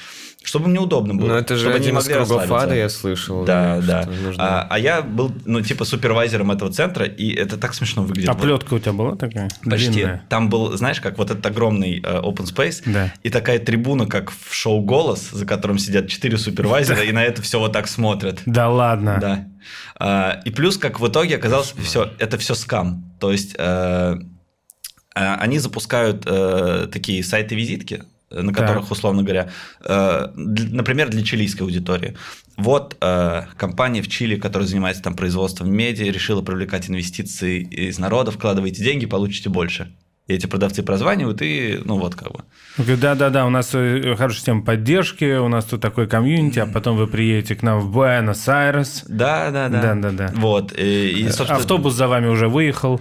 Speaker 1: Чтобы им неудобно было.
Speaker 2: Ну, это же
Speaker 1: чтобы они
Speaker 2: один из
Speaker 1: могли
Speaker 2: кругов
Speaker 1: расслабиться.
Speaker 2: ада, я слышал.
Speaker 1: Да,
Speaker 2: что
Speaker 1: да.
Speaker 2: нужно.
Speaker 1: А, а я был, ну, типа, супервайзером этого центра, и это так смешно выглядит.
Speaker 3: А
Speaker 1: Вот
Speaker 3: плетка у тебя была такая?
Speaker 1: Почти.
Speaker 3: Длинная?
Speaker 1: Там был, знаешь, как вот этот огромный э, open space,
Speaker 3: Да.
Speaker 1: и такая трибуна, как в шоу «Голос», за которым сидят четыре супервайзера, и на это все вот так смотрят.
Speaker 3: Да ладно.
Speaker 1: Да. А, И плюс, как в итоге оказалось, все, это все скам. То есть э, а, они запускают э, такие сайты-визитки, э, на
Speaker 3: Так.
Speaker 1: которых, условно говоря, э, дл- например, для чилийской аудитории. Вот э, компания в Чили, которая занимается там производством меди, решила привлекать инвестиции из народа, вкладывайте деньги, получите больше. И эти продавцы прозванивают, и ну вот как бы.
Speaker 3: Он говорит, Да-да-да, у нас э, хорошая тема поддержки, у нас тут такой комьюнити, а потом вы приедете к нам в Буэнос-Айрес.
Speaker 1: Да, да, да. Э,
Speaker 3: Да-да-да.
Speaker 1: Вот. И, и, собственно,
Speaker 3: Автобус за вами уже выехал.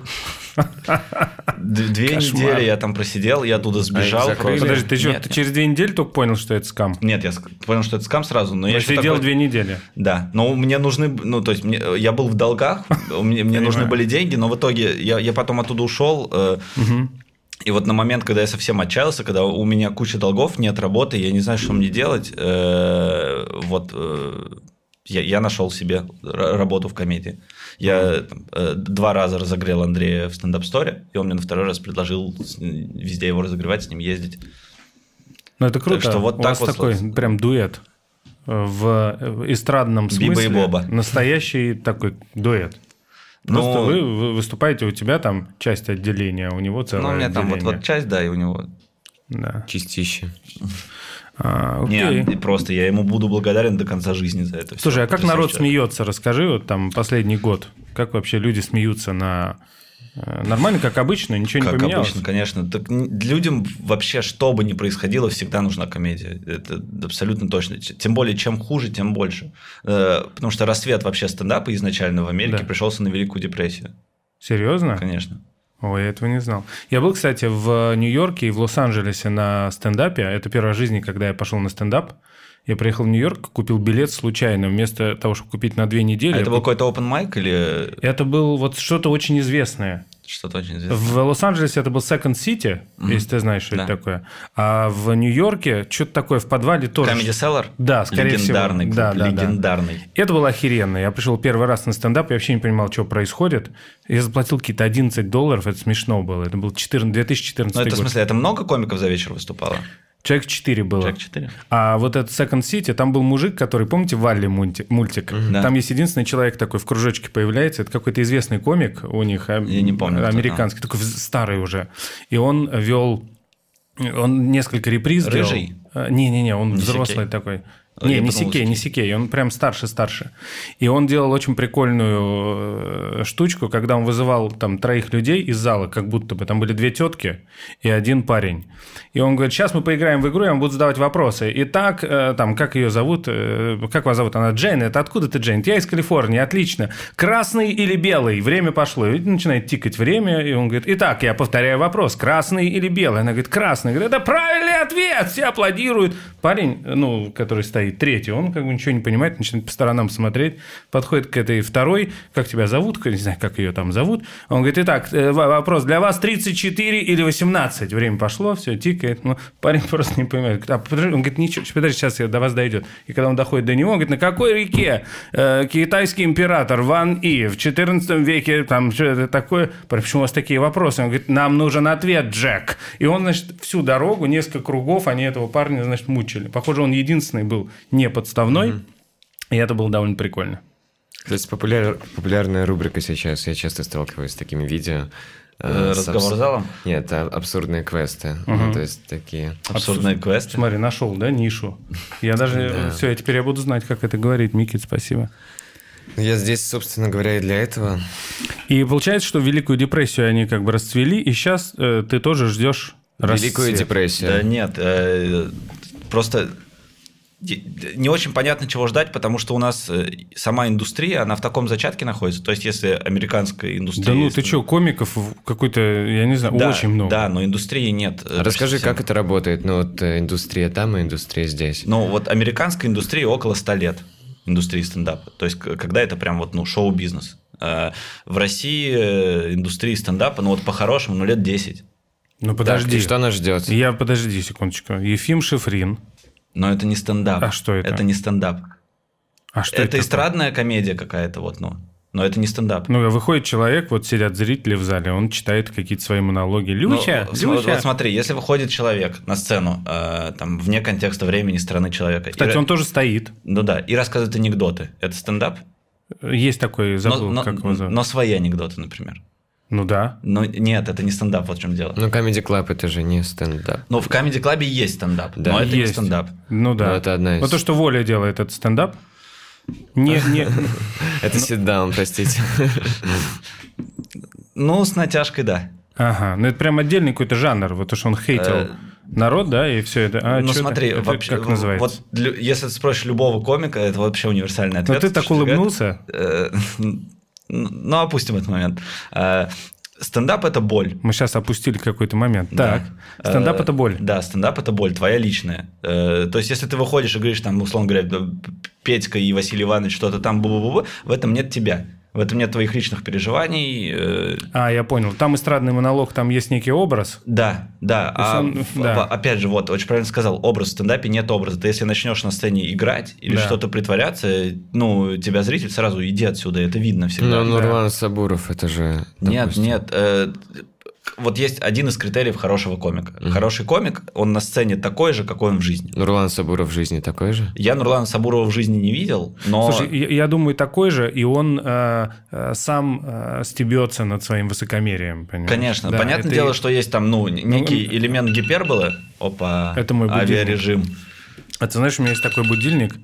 Speaker 1: Д- Две
Speaker 3: Кошмар.
Speaker 1: недели я там просидел, я оттуда сбежал.
Speaker 2: закрыли?
Speaker 1: просто.
Speaker 3: Подожди, ты что,
Speaker 1: Нет,
Speaker 3: ты через две недели только понял, что это скам?
Speaker 1: нет, я ск- понял, что это скам сразу, но я
Speaker 3: Я
Speaker 1: ещё
Speaker 3: сидел
Speaker 1: такой-
Speaker 3: две недели.
Speaker 1: Да, но мне нужны, ну, то есть мне- я был в долгах, мне, мне нужны
Speaker 3: Понимаю.
Speaker 1: были деньги, но в итоге я, я потом оттуда ушел, э, и вот на момент, когда я совсем отчаялся, когда у меня куча долгов, нет работы, я не знаю, что мне делать, э, вот э, я, я нашел себе ра- работу в комедии. Я там, э, два раза разогрел Андрея в стендап-сторе, и он мне на второй раз предложил с- везде его разогревать, с ним ездить.
Speaker 3: Ну, это круто.
Speaker 1: что вот
Speaker 3: У
Speaker 1: так
Speaker 3: вас
Speaker 1: вот
Speaker 3: такой
Speaker 1: вот.
Speaker 3: прям дуэт э, в э, эстрадном
Speaker 1: Биба и
Speaker 3: смысле.
Speaker 1: Боба.
Speaker 3: Настоящий такой дуэт.
Speaker 1: Ну,
Speaker 3: Просто вы, вы выступаете, у тебя там часть отделения, а у него целое
Speaker 1: Ну, у меня там вот,
Speaker 3: отделение.
Speaker 1: вот часть, да, и у него.
Speaker 3: Да.
Speaker 2: Чистище.
Speaker 3: А, окей.
Speaker 1: Не, просто я ему буду благодарен до конца жизни за это. всё.
Speaker 3: Слушай, а как
Speaker 1: Потрясающий
Speaker 3: народ
Speaker 1: человек.
Speaker 3: смеется? Расскажи, вот там последний год, как вообще люди смеются на... э, Нормально, как обычно, ничего не
Speaker 1: Как
Speaker 3: поменялось?
Speaker 1: обычно, конечно. Так н- людям вообще, что бы ни происходило, всегда нужна комедия. Это абсолютно точно. Ч- Тем более, чем хуже, тем больше. Э, Потому что рассвет вообще стендапа изначально в Америке
Speaker 3: Да. А.
Speaker 1: пришелся на Великую депрессию.
Speaker 3: Серьезно?
Speaker 1: Конечно.
Speaker 3: Ой, я этого не знал. Я был, кстати, в Нью-Йорке и в Лос-Анджелесе на стендапе. Это первая жизнь, когда я пошел на стендап. Я приехал в Нью-Йорк, купил билет случайно, вместо того, чтобы купить на две недели.
Speaker 1: А
Speaker 3: я
Speaker 1: это был
Speaker 3: куп-
Speaker 1: какой-то open mic или
Speaker 3: Это был вот что-то очень известное.
Speaker 1: что-то очень известное?
Speaker 3: В Лос-Анджелесе это был Second City, если ты знаешь, что это
Speaker 1: Да.
Speaker 3: такое. А в Нью-Йорке что-то такое в подвале тоже.
Speaker 1: Comedy Cellar?
Speaker 3: Да, скорее всего.
Speaker 1: Легендарный клуб,
Speaker 3: Да, да, да.
Speaker 1: легендарный.
Speaker 3: Это было охеренно. Я пришел первый раз на стендап, я вообще не понимал, что происходит. Я заплатил какие-то 11 долларов, это смешно было. Это был 14, 2014
Speaker 1: Ну, это
Speaker 3: год.
Speaker 1: в смысле, это много комиков за вечер выступало?
Speaker 3: Человек 4 было.
Speaker 1: Человек 4.
Speaker 3: А вот этот Second City, там был мужик, который, помните, Валли мульти- мультик?
Speaker 1: Да.
Speaker 3: Там есть единственный человек такой в кружочке появляется. Это какой-то известный комик у них, а-
Speaker 1: Я не помню, кто
Speaker 3: американский, такой в- старый уже. И он вел... Он несколько реприз делал.
Speaker 1: Рыжий?
Speaker 3: А, Не-не-не, он
Speaker 1: Не
Speaker 3: взрослый
Speaker 1: Сикей?
Speaker 3: такой.
Speaker 1: А,
Speaker 3: Не,
Speaker 1: я
Speaker 3: не
Speaker 1: подумал,
Speaker 3: Сикей, не Сикей, он прям старше-старше. И он делал очень прикольную э, штучку, когда он вызывал там троих людей из зала, как будто бы там были две тетки и один парень. И он говорит, сейчас мы поиграем в игру, я вам буду задавать вопросы. Итак, э, там, как ее зовут, э, как вас зовут? Она Джейн, это откуда ты, Джейн? Я из Калифорнии, отлично. Красный или белый? Время пошло. И начинает тикать время, и он говорит, итак, я повторяю вопрос, красный или белый? Она говорит, красный. Говорит, это правильный ответ, все аплодируют. Парень, э, ну, который стоит третий, он как бы ничего не понимает, начинает по сторонам смотреть, подходит к этой второй, как тебя зовут, не знаю, как ее там зовут. Он говорит, итак, э, в- вопрос, для вас 34 или 18? Время пошло, все, тикает. Ну, парень просто не понимает. Говорит, «А, подожди». он говорит, ничего, щас, подожди, сейчас я до вас дойдет. И когда он доходит до него, он говорит, на какой реке э, китайский император Ван И в 14 веке, там, что это такое? Почему у вас такие вопросы? Он говорит, нам нужен ответ, Джек. И он, значит, всю дорогу, несколько кругов, они этого парня, значит, мучили. Похоже, он единственный был не подставной, и это было довольно прикольно.
Speaker 2: Кстати, популяр- популярная рубрика сейчас. Я часто сталкиваюсь с такими видео.
Speaker 1: Э,
Speaker 2: э, с
Speaker 1: разговор
Speaker 2: абс-
Speaker 1: залом?
Speaker 2: Нет, а- абсурдные квесты. Ну, то есть такие.
Speaker 1: Абсурдные квесты.
Speaker 3: Смотри, нашел, да, нишу. Я даже... Все, я теперь я буду знать, как это говорить. Микит, спасибо.
Speaker 2: Ну, Я здесь, собственно говоря, и для этого.
Speaker 3: И получается, что Великую депрессию они как бы расцвели, и сейчас ты тоже ждешь
Speaker 2: Великую депрессию.
Speaker 1: Да нет, э, просто де- не очень понятно, чего ждать, потому что у нас э, сама индустрия, она в таком зачатке находится. То есть, если американская индустрия...
Speaker 3: Да ну
Speaker 1: если-
Speaker 3: ты что, комиков в- какой-то, я не знаю,
Speaker 1: Да,
Speaker 3: очень много.
Speaker 1: Да, но индустрии нет. э,
Speaker 2: А Расскажи,
Speaker 1: почти всем.
Speaker 2: как это работает? Ну, вот э, индустрия там и индустрия здесь.
Speaker 1: Ну, вот американской индустрии около 100 лет, индустрии стендапа. То есть, к- когда это прям вот, ну, шоу-бизнес. Э, В России э, индустрии стендапа, ну, вот по-хорошему, ну, лет 10.
Speaker 3: Ну
Speaker 2: Так,
Speaker 3: подожди.
Speaker 2: и что нас ждет?
Speaker 3: Я, подожди секундочку. Ефим Шифрин.
Speaker 1: Но это не стендап.
Speaker 3: А что это?
Speaker 1: Это не стендап.
Speaker 3: А что
Speaker 1: это,
Speaker 3: это? такое?
Speaker 1: эстрадная комедия какая-то, вот, ну. Но это не стендап.
Speaker 3: Ну, выходит человек, вот сидят зрители в зале, он читает какие-то свои монологи.
Speaker 1: Ну,
Speaker 3: Люся,
Speaker 1: вот,
Speaker 3: Люся.
Speaker 1: вот, вот смотри, если выходит человек на сцену, э, там, вне контекста времени, страны человека. и
Speaker 3: Кстати,
Speaker 1: ра-
Speaker 3: он тоже стоит.
Speaker 1: Ну да, и рассказывает анекдоты. Это стендап?
Speaker 3: Есть такой,
Speaker 1: Но-
Speaker 3: забыл,
Speaker 1: но,
Speaker 3: как его зовут.
Speaker 1: но свои анекдоты, например.
Speaker 3: Ну да.
Speaker 1: Но нет, это не стендап, вот в чем дело.
Speaker 2: Ну, Comedy Club это же не стендап.
Speaker 1: Но в Comedy Club есть стендап,
Speaker 2: Да.
Speaker 1: но это не
Speaker 3: Есть.
Speaker 1: стендап.
Speaker 3: Ну да.
Speaker 2: Ну, это одна из-
Speaker 3: Вот то, что Воля делает, это стендап? Не, не.
Speaker 2: Это ситдаун, простите.
Speaker 1: Ну, с натяжкой, да.
Speaker 3: Ага, ну это прям отдельный какой-то жанр, вот то, что он
Speaker 1: Э,
Speaker 3: хейтил народ, да, и все это. А,
Speaker 1: ну,
Speaker 3: чё
Speaker 1: смотри,
Speaker 3: это? Это
Speaker 1: вообще,
Speaker 3: как называется?
Speaker 1: вот лю- если ты спросишь любого комика, это вообще универсальный
Speaker 3: Но
Speaker 1: ответ.
Speaker 3: Ну, ты так
Speaker 1: что говорят.
Speaker 3: улыбнулся.
Speaker 1: Э, Ну, опустим этот момент. Э, Стендап это боль.
Speaker 3: Мы сейчас опустили какой-то момент. Так,
Speaker 1: Да.
Speaker 3: стендап
Speaker 1: Э,
Speaker 3: это боль.
Speaker 1: Да, стендап это боль, твоя личная. Э, То есть, если ты выходишь и говоришь, там, условно говоря, да, Петька и Василий Иванович, что-то там, бу-бу-бу, в этом нет тебя. В этом нет твоих личных переживаний. э,
Speaker 3: А, я понял. Там эстрадный монолог, там есть некий образ.
Speaker 1: Да, да.
Speaker 3: То есть
Speaker 1: а
Speaker 3: он-
Speaker 1: в-
Speaker 3: да.
Speaker 1: в- Опять же, вот, очень правильно сказал, образ в стендапе нет образа. Ты если начнешь на сцене играть или
Speaker 3: Да.
Speaker 1: что-то притворяться, ну, тебя зритель сразу иди отсюда, это видно всегда.
Speaker 2: Ну, Нурлан Сабуров, это же...
Speaker 1: Нет,
Speaker 2: допустим.
Speaker 1: нет. э, вот есть один из критериев хорошего комика. Хороший комик, он на сцене такой же, какой он в жизни.
Speaker 2: Нурлан Сабуров в жизни такой же?
Speaker 1: Я Нурлана Сабурова в жизни не видел, но...
Speaker 3: Слушай, я, я думаю, такой же, и он э, э, сам э, стебется над своим высокомерием. понимаешь?
Speaker 1: Конечно,
Speaker 3: Да,
Speaker 1: понятное
Speaker 3: это
Speaker 1: дело,
Speaker 3: и-
Speaker 1: что есть там, ну, некий
Speaker 3: м,
Speaker 1: элемент гиперболы. Опа,
Speaker 3: Это мой будильник.
Speaker 1: авиарежим.
Speaker 3: А ты знаешь, у меня есть такой будильник,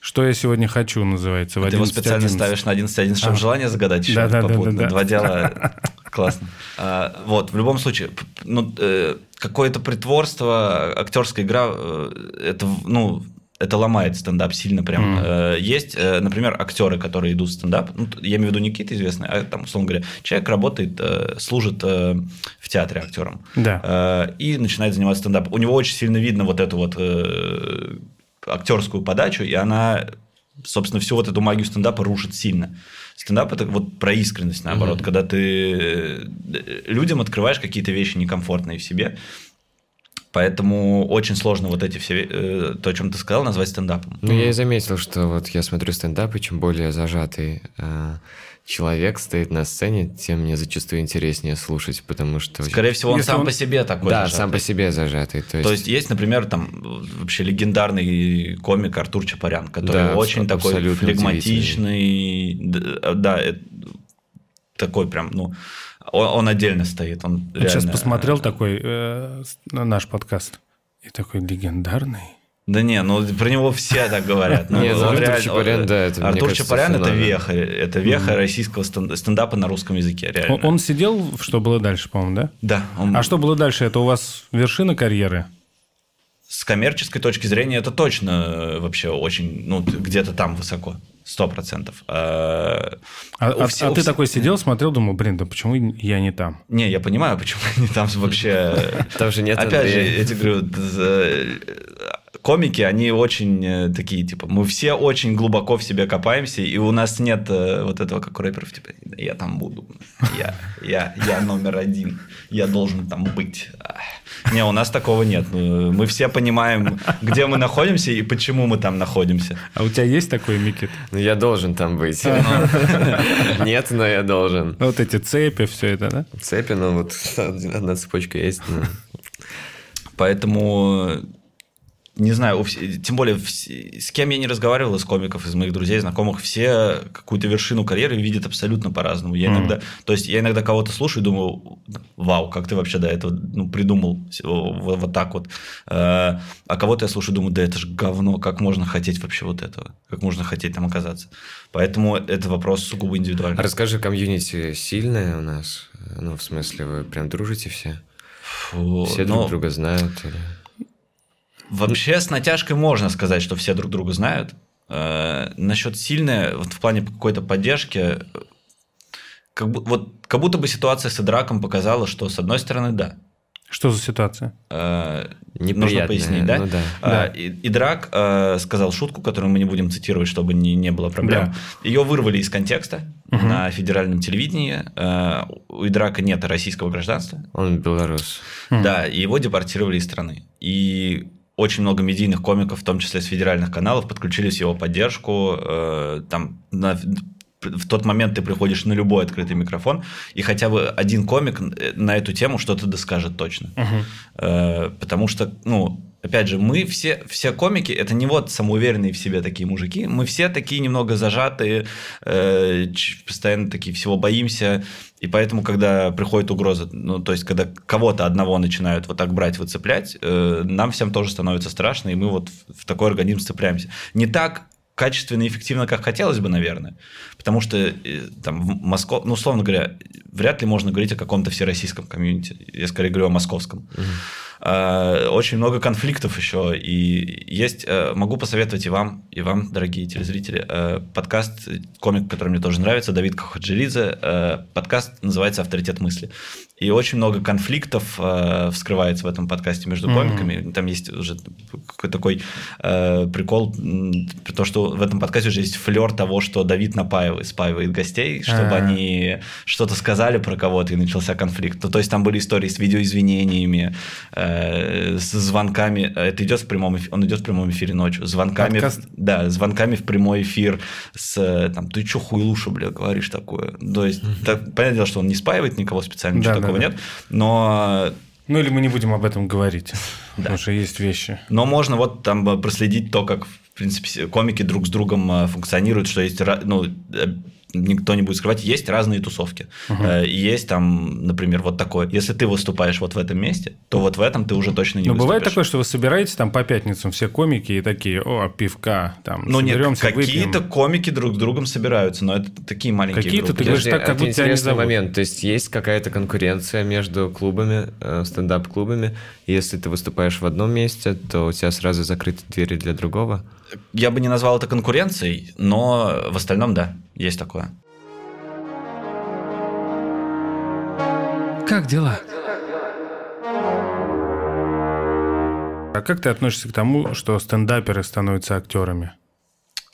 Speaker 3: что я сегодня хочу, называется. в
Speaker 1: Ты его специально
Speaker 3: 11.11.
Speaker 1: ставишь на 11.11, чтобы
Speaker 3: А.
Speaker 1: желание загадать еще
Speaker 3: Да-да-да-да-да.
Speaker 1: попутно. Два дела. Классно. А, вот, в любом случае, п- п- ну, э, какое-то притворство, актерская игра, э, это, в- ну, это ломает стендап сильно прям.
Speaker 3: Мгм.
Speaker 1: Э, Есть, э, например, актеры, которые идут в стендап. Ну, т- я имею в виду Никита известный, а там, условно говоря, человек работает, э, служит э, в театре актером.
Speaker 3: Да.
Speaker 1: Э, и начинает заниматься стендапом. У него очень сильно видно вот эту вот э, актерскую подачу, и она, собственно, всю вот эту магию стендапа рушит сильно. Стендап это вот про искренность, наоборот, когда ты э, людям открываешь какие-то вещи некомфортные в себе. Поэтому очень сложно вот эти все, э, то, о чем ты сказал, назвать стендапом.
Speaker 2: Ну, я и заметил, что вот я смотрю стендап, и чем более зажатый э, человек стоит на сцене, тем мне зачастую интереснее слушать, потому что...
Speaker 1: Скорее всего, он
Speaker 3: Если
Speaker 1: сам
Speaker 3: он-
Speaker 1: по себе такой.
Speaker 2: да,
Speaker 1: же.
Speaker 2: сам по себе зажатый. То есть,
Speaker 1: То есть есть, например, там вообще легендарный комик Артур Чапарян, который
Speaker 2: Да,
Speaker 1: очень
Speaker 2: абс-
Speaker 1: такой
Speaker 2: абсолютно
Speaker 1: флегматичный, д- да, э, такой прям, ну, он, он отдельно стоит. Он
Speaker 3: Вот сейчас
Speaker 1: реально,
Speaker 3: посмотрел такой э, с- ну, наш подкаст и такой легендарный.
Speaker 1: Да не, ну про него все так говорят. Ну,
Speaker 2: Нет,
Speaker 1: он
Speaker 2: Артур
Speaker 1: реально-
Speaker 2: Чапарян, да, это, мне
Speaker 1: Артур
Speaker 2: кажется,
Speaker 1: Чапарян это
Speaker 2: феномен.
Speaker 1: веха, это веха российского стен- стендапа на русском языке, реально.
Speaker 3: Он, он сидел, в что было дальше, по-моему, да?
Speaker 1: Да, он-
Speaker 3: А что было дальше? Это у вас вершина карьеры?
Speaker 1: с коммерческой точки зрения это точно э, вообще очень, ну, т- где-то там высоко, сто процентов. А
Speaker 3: А,
Speaker 1: у
Speaker 3: а-
Speaker 1: все-
Speaker 3: а
Speaker 1: у
Speaker 3: ты
Speaker 1: все-
Speaker 3: такой сидел, смотрел, думал, блин, да почему я не там?
Speaker 1: Не, я понимаю, почему они там вообще... э,
Speaker 2: там же нет
Speaker 1: Опять же,
Speaker 2: Андрея.
Speaker 1: я тебе говорю, э, комики, они очень э, такие, типа, мы все очень глубоко в себе копаемся, и у нас нет э, вот этого, как у рэперов, типа, я там буду, я, я, я номер один, я должен там быть. Ах. Не, у нас такого нет. Э, Мы все понимаем, где мы находимся и почему мы там находимся.
Speaker 3: А у тебя есть такой, Микит?
Speaker 2: Ну, я должен там быть. Нет, но я должен.
Speaker 3: Вот эти цепи, все это, да?
Speaker 2: Цепи, ну вот одна цепочка есть. ну. но-
Speaker 1: Поэтому, э, не знаю, у вс- тем более, вс- с кем я не разговаривал из комиков, из моих друзей, знакомых, все какую-то вершину карьеры видят абсолютно по-разному. Я
Speaker 3: Мгм.
Speaker 1: иногда, то есть я иногда кого-то слушаю и думаю, вау, как ты вообще до этого ну, придумал с- вот, вот так вот. Э, А кого-то я слушаю и думаю, да это же говно, как можно хотеть вообще вот этого, как можно хотеть там оказаться. Поэтому это вопрос сугубо индивидуальный.
Speaker 2: А Расскажи, комьюнити сильное у нас? Ну, в смысле, вы прям дружите все?
Speaker 1: Фу,
Speaker 2: Все
Speaker 1: но-
Speaker 2: друг друга знают? или?
Speaker 1: Вообще с натяжкой можно сказать, что все друг друга знают. Э, насчет сильной, вот в плане какой-то поддержки, э, как, бу- вот, как будто бы ситуация с Идраком показала, что с одной стороны, да.
Speaker 3: Что за ситуация?
Speaker 1: Э,
Speaker 2: Неприятное,
Speaker 1: нужно пояснить, да?
Speaker 2: ну да.
Speaker 1: А, и- Идрак э, сказал шутку, которую мы не будем цитировать, чтобы не, не было проблем. Ее вырвали из контекста
Speaker 3: Мгм.
Speaker 1: на федеральном телевидении. Э, у Идрака нет российского гражданства.
Speaker 2: Он белорус.
Speaker 3: Мгм.
Speaker 1: Да, и его депортировали из страны. И очень много медийных комиков, в том числе с федеральных каналов, подключились в его поддержку. Э, Там на- в тот момент ты приходишь на любой открытый микрофон, и хотя бы один комик э, на эту тему что-то доскажет точно.
Speaker 3: Мгм.
Speaker 1: Э, Потому что, ну, опять же, мы все, все комики, это не вот самоуверенные в себе такие мужики, мы все такие немного зажатые, э, ч- постоянно такие всего боимся, и поэтому, когда приходит угроза, ну, то есть, когда кого-то одного начинают вот так брать, выцеплять, э, нам всем тоже становится страшно, и мы вот в, в такой организм цепляемся. Не так качественно и эффективно, как хотелось бы, наверное, потому что э, там в Москве, ну, условно говоря, вряд ли можно говорить о каком-то всероссийском комьюнити, я скорее говорю о московском. А, Очень много конфликтов еще. И есть, э, могу посоветовать и вам, и вам, дорогие телезрители, э, подкаст, э, комик, который мне тоже нравится, Давид Кахаджиридзе. э, Подкаст называется «Авторитет мысли». И очень много конфликтов э, вскрывается в этом подкасте между
Speaker 3: Мгм.
Speaker 1: комиками. Там есть уже какой-то такой э, прикол, м, то, что в этом подкасте уже есть флер того, что Давид напаивает, спаивает гостей, чтобы
Speaker 3: А.
Speaker 1: они что-то сказали про кого-то и начался конфликт. Ну, то есть там были истории с видеоизвинениями, э, с звонками. Э, Это идет в прямом эф- он идет в прямом эфире ночью. Звонками,
Speaker 3: Подкаст?
Speaker 1: да, звонками в прямой эфир с э, там ты чё хуйлуша, бля, говоришь такое. То есть так, понятное дело, что он не спаивает никого специально, ничего
Speaker 3: Да, да,
Speaker 1: такого
Speaker 3: да.
Speaker 1: нет, но
Speaker 3: Ну или мы не будем об этом говорить,
Speaker 1: Да.
Speaker 3: потому что есть вещи.
Speaker 1: Но можно вот там бы проследить то, как, в принципе, се- комики друг с другом э, функционируют, что есть, ра- ну, э, никто не будет скрывать, есть разные тусовки. Э, и Есть там, например, вот такое. Если ты выступаешь вот в этом месте, то вот в этом ты уже точно не
Speaker 3: Но Ну, бывает
Speaker 1: выступишь.
Speaker 3: такое, что вы собираетесь там по пятницам все комики и такие, о, пивка, там,
Speaker 1: Ну, нет,
Speaker 3: соберемся, выпьем.
Speaker 1: какие-то комики друг с другом собираются, но это такие маленькие
Speaker 3: Какие-то
Speaker 1: группы.
Speaker 3: ты говоришь так,
Speaker 2: а
Speaker 3: как
Speaker 2: это
Speaker 3: будто тебя не
Speaker 2: интересный
Speaker 3: зовут.
Speaker 2: момент. То есть есть какая-то конкуренция между клубами, э, стендап-клубами. Если ты выступаешь в одном месте, то у тебя сразу закрыты двери для другого.
Speaker 1: Я бы не назвал это конкуренцией, но в остальном, да, есть такое.
Speaker 3: Как дела? А как ты относишься к тому, что стендаперы становятся актерами?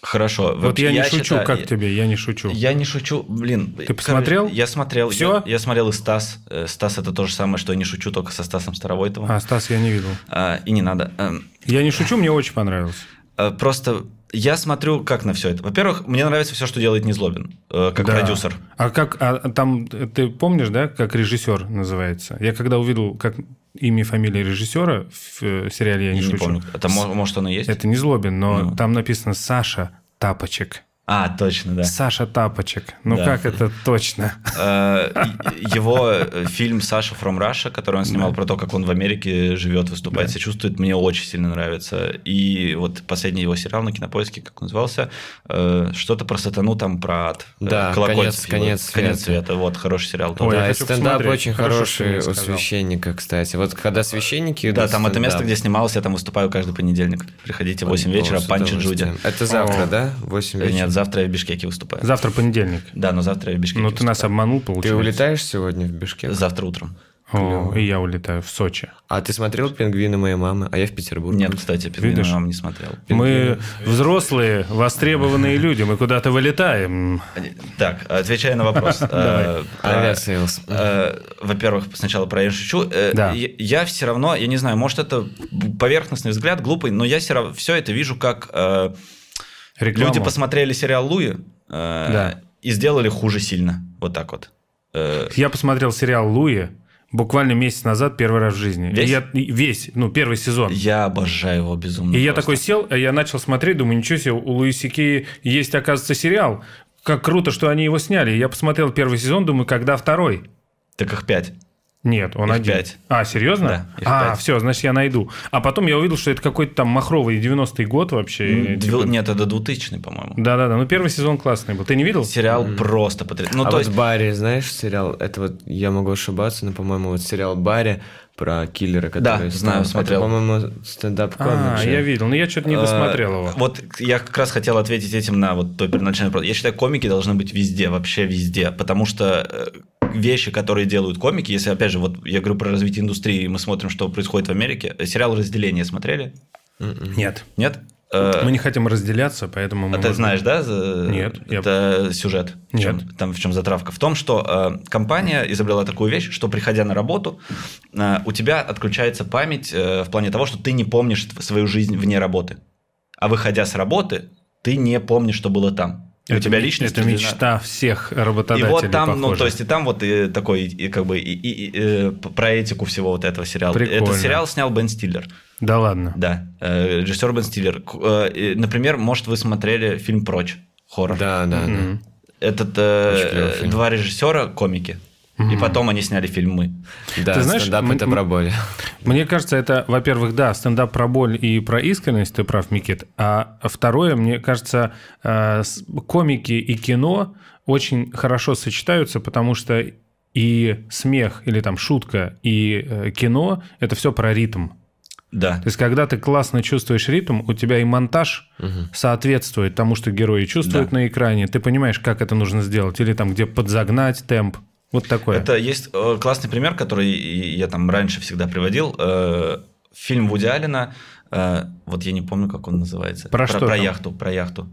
Speaker 1: Хорошо.
Speaker 3: Вот я, не шучу,
Speaker 1: считаю-
Speaker 3: как тебе? Я не шучу.
Speaker 1: Я не шучу, блин. Ты
Speaker 3: посмотрел?
Speaker 1: Я смотрел.
Speaker 3: Всё?
Speaker 1: Я, я смотрел и Стас. Э, Стас это то же самое, что я не шучу, только со Стасом Старовойтовым.
Speaker 3: А, Стас, я не видел.
Speaker 1: А, и не надо. Эм,
Speaker 3: Я не шучу, мне очень понравилось.
Speaker 1: э, Просто я смотрю, как на все это. Во-первых, мне нравится все, что делает Незлобин, э, как
Speaker 3: Да.
Speaker 1: продюсер.
Speaker 3: А как а там э, ты помнишь, да, как режиссер называется? Я когда увидел, как имя и фамилия режиссера в э, сериале я не,
Speaker 1: Я не,
Speaker 3: шучу.
Speaker 1: помню. Это мо- может оно и есть?
Speaker 3: Это не злобин, но
Speaker 1: Ну.
Speaker 3: там написано Саша Тапочек.
Speaker 1: А, точно, да.
Speaker 3: Саша Тапочек. Ну
Speaker 1: Да.
Speaker 3: как это точно?
Speaker 1: Э, и- Его э, фильм «Саша from Russia», который он снимал про то, как он в Америке живет, выступает, себя чувствует, мне очень сильно нравится. И вот последний его сериал на Кинопоиске, как он назывался, э, что-то про сатану там, про ад. Э,
Speaker 2: Да,
Speaker 1: Колокольцев
Speaker 2: «Конец-
Speaker 1: его.
Speaker 2: конец
Speaker 1: «Конец
Speaker 2: света».
Speaker 1: света». Вот, хороший сериал.
Speaker 3: Ой,
Speaker 1: тоже.
Speaker 3: я
Speaker 2: да, и
Speaker 3: хочу
Speaker 2: стендап
Speaker 3: посмотреть.
Speaker 2: очень
Speaker 3: Хорошо, что ты
Speaker 2: хороший
Speaker 3: мне
Speaker 2: у
Speaker 3: сказал.
Speaker 2: священника, кстати. Вот когда священники...
Speaker 1: Да,
Speaker 2: идут
Speaker 1: там
Speaker 2: в
Speaker 1: это место,
Speaker 2: стендап,
Speaker 1: где снимался, я там выступаю каждый понедельник. Приходите в 8 вечера,
Speaker 2: о, с
Speaker 1: панчи Джуди.
Speaker 2: удовольствием. Это завтра,
Speaker 3: О.
Speaker 2: да? 8
Speaker 1: Э,
Speaker 2: вечера.
Speaker 1: Нет, завтра я в Бишкеке выступаю.
Speaker 3: Завтра понедельник.
Speaker 1: Да, но завтра я в Бишкеке
Speaker 3: Ну ты нас обманул,
Speaker 2: Ты
Speaker 3: получается.
Speaker 2: улетаешь сегодня в Бишкек?
Speaker 1: Завтра утром.
Speaker 3: О, и я улетаю в Сочи.
Speaker 2: А ты смотрел «Пингвины моей мамы», а я в Петербурге.
Speaker 1: Нет, кстати, «Пингвина»
Speaker 3: Видишь?
Speaker 1: вам не смотрел.
Speaker 3: Мы взрослые, востребованные люди, мы куда-то вылетаем.
Speaker 1: Так, отвечая на вопрос. Э, про-
Speaker 2: Авиасейлс.
Speaker 1: Э, Во-первых, сначала про я шучу. Э,
Speaker 3: Да.
Speaker 1: Я я все равно, я не знаю, может это поверхностный взгляд, глупый, но я все равно все это вижу как э,
Speaker 3: Рекламу.
Speaker 1: люди посмотрели сериал Луи э,
Speaker 3: Да.
Speaker 1: и сделали хуже сильно, вот так вот. Э,
Speaker 3: Я посмотрел сериал Луи буквально месяц назад, первый раз в жизни. И
Speaker 1: Весь?
Speaker 3: я- и весь, ну, первый сезон.
Speaker 1: Я обожаю его безумно.
Speaker 3: И я
Speaker 1: просто.
Speaker 3: такой сел, а я начал смотреть, думаю, ничего себе, у Луи Сики есть, оказывается, сериал. Как круто, что они его сняли. И Я посмотрел первый сезон, думаю, когда второй?
Speaker 1: Так их пять.
Speaker 3: Нет, он
Speaker 1: Их
Speaker 3: один.
Speaker 1: пять.
Speaker 3: А, серьезно?
Speaker 1: Да, их
Speaker 3: а,
Speaker 1: пять.
Speaker 3: все, значит, я найду. А потом я увидел, что это какой-то там махровый 90-й год вообще.
Speaker 1: М,
Speaker 3: Типа-
Speaker 1: дв- Нет, это 2000 по-моему.
Speaker 3: Да-да-да, ну первый сезон классный был. Ты не видел?
Speaker 1: Сериал просто потрясающий. Ну,
Speaker 2: а
Speaker 1: то
Speaker 2: вот
Speaker 1: есть,
Speaker 2: Барри, знаешь, сериал, это вот, я могу ошибаться, но, по-моему, вот сериал Барри про киллера, который... стал-
Speaker 1: знаю, смотрел.
Speaker 2: Это, по-моему, стендап
Speaker 3: А, я видел, но я что-то не досмотрел
Speaker 1: э,
Speaker 3: его.
Speaker 1: Вот я как раз хотел ответить этим на вот то первоначальный вопрос. Я считаю, комики должны быть везде, вообще везде, потому что э, вещи, которые делают комики, если, опять же, вот я говорю про развитие индустрии, мы смотрим, что происходит в Америке. Э, Сериал «Разделение» смотрели?
Speaker 3: Нет.
Speaker 1: Нет? Э,
Speaker 3: Мы не хотим разделяться, поэтому мы...
Speaker 1: а ты
Speaker 3: можем-
Speaker 1: знаешь, да? за-
Speaker 3: Нет, я-
Speaker 1: Это сюжет. В чем-
Speaker 3: Нет.
Speaker 1: там в чем затравка? В том, что э, компания изобрела такую вещь, что приходя на работу, э, у тебя отключается память э, в плане того, что ты не помнишь тв- свою жизнь вне работы. А выходя с работы, ты не помнишь, что было там. И у
Speaker 3: Это
Speaker 1: тебя
Speaker 3: ми-
Speaker 1: личность...
Speaker 3: Это
Speaker 1: разделена.
Speaker 3: мечта всех
Speaker 1: И
Speaker 3: работодателей,
Speaker 1: вот там, ну,
Speaker 3: похоже.
Speaker 1: то есть, и там вот и такой, и как бы, и, и- и, э, п- про этику всего вот этого сериала.
Speaker 3: Прикольно.
Speaker 1: Этот сериал снял Бен Стиллер.
Speaker 3: Да ладно.
Speaker 1: Да, э, режиссер Бен Стиллер. К- э, и, Например, может, вы смотрели фильм «Прочь», хоррор.
Speaker 2: Да, да, да.
Speaker 3: Мгм.
Speaker 1: Этот, э,
Speaker 2: Очень клевый
Speaker 1: э,
Speaker 2: фильм.
Speaker 1: два режиссера – комики. И потом они сняли фильм «Мы».
Speaker 2: Да,
Speaker 3: Ты знаешь,
Speaker 2: стендап
Speaker 3: м-
Speaker 2: это про Барри.
Speaker 3: Мне кажется, это, во-первых, да, стендап про боль и про искренность, ты прав, Микит. А второе, мне кажется, э, с- комики и кино очень хорошо сочетаются, потому что и смех, или там шутка, и э, кино – это все про ритм.
Speaker 1: Да.
Speaker 3: То есть, когда ты классно чувствуешь ритм, у тебя и монтаж соответствует тому, что герои чувствуют
Speaker 1: Да.
Speaker 3: на экране. Ты понимаешь, как это нужно сделать. Или там, где подзагнать темп. Вот такое.
Speaker 1: Это есть э, классный пример, который и- и я там раньше всегда приводил. Э, Фильм Вуди Аллена, э, вот я не помню, как он называется.
Speaker 3: Про что
Speaker 1: Про
Speaker 3: там?
Speaker 1: яхту, про яхту.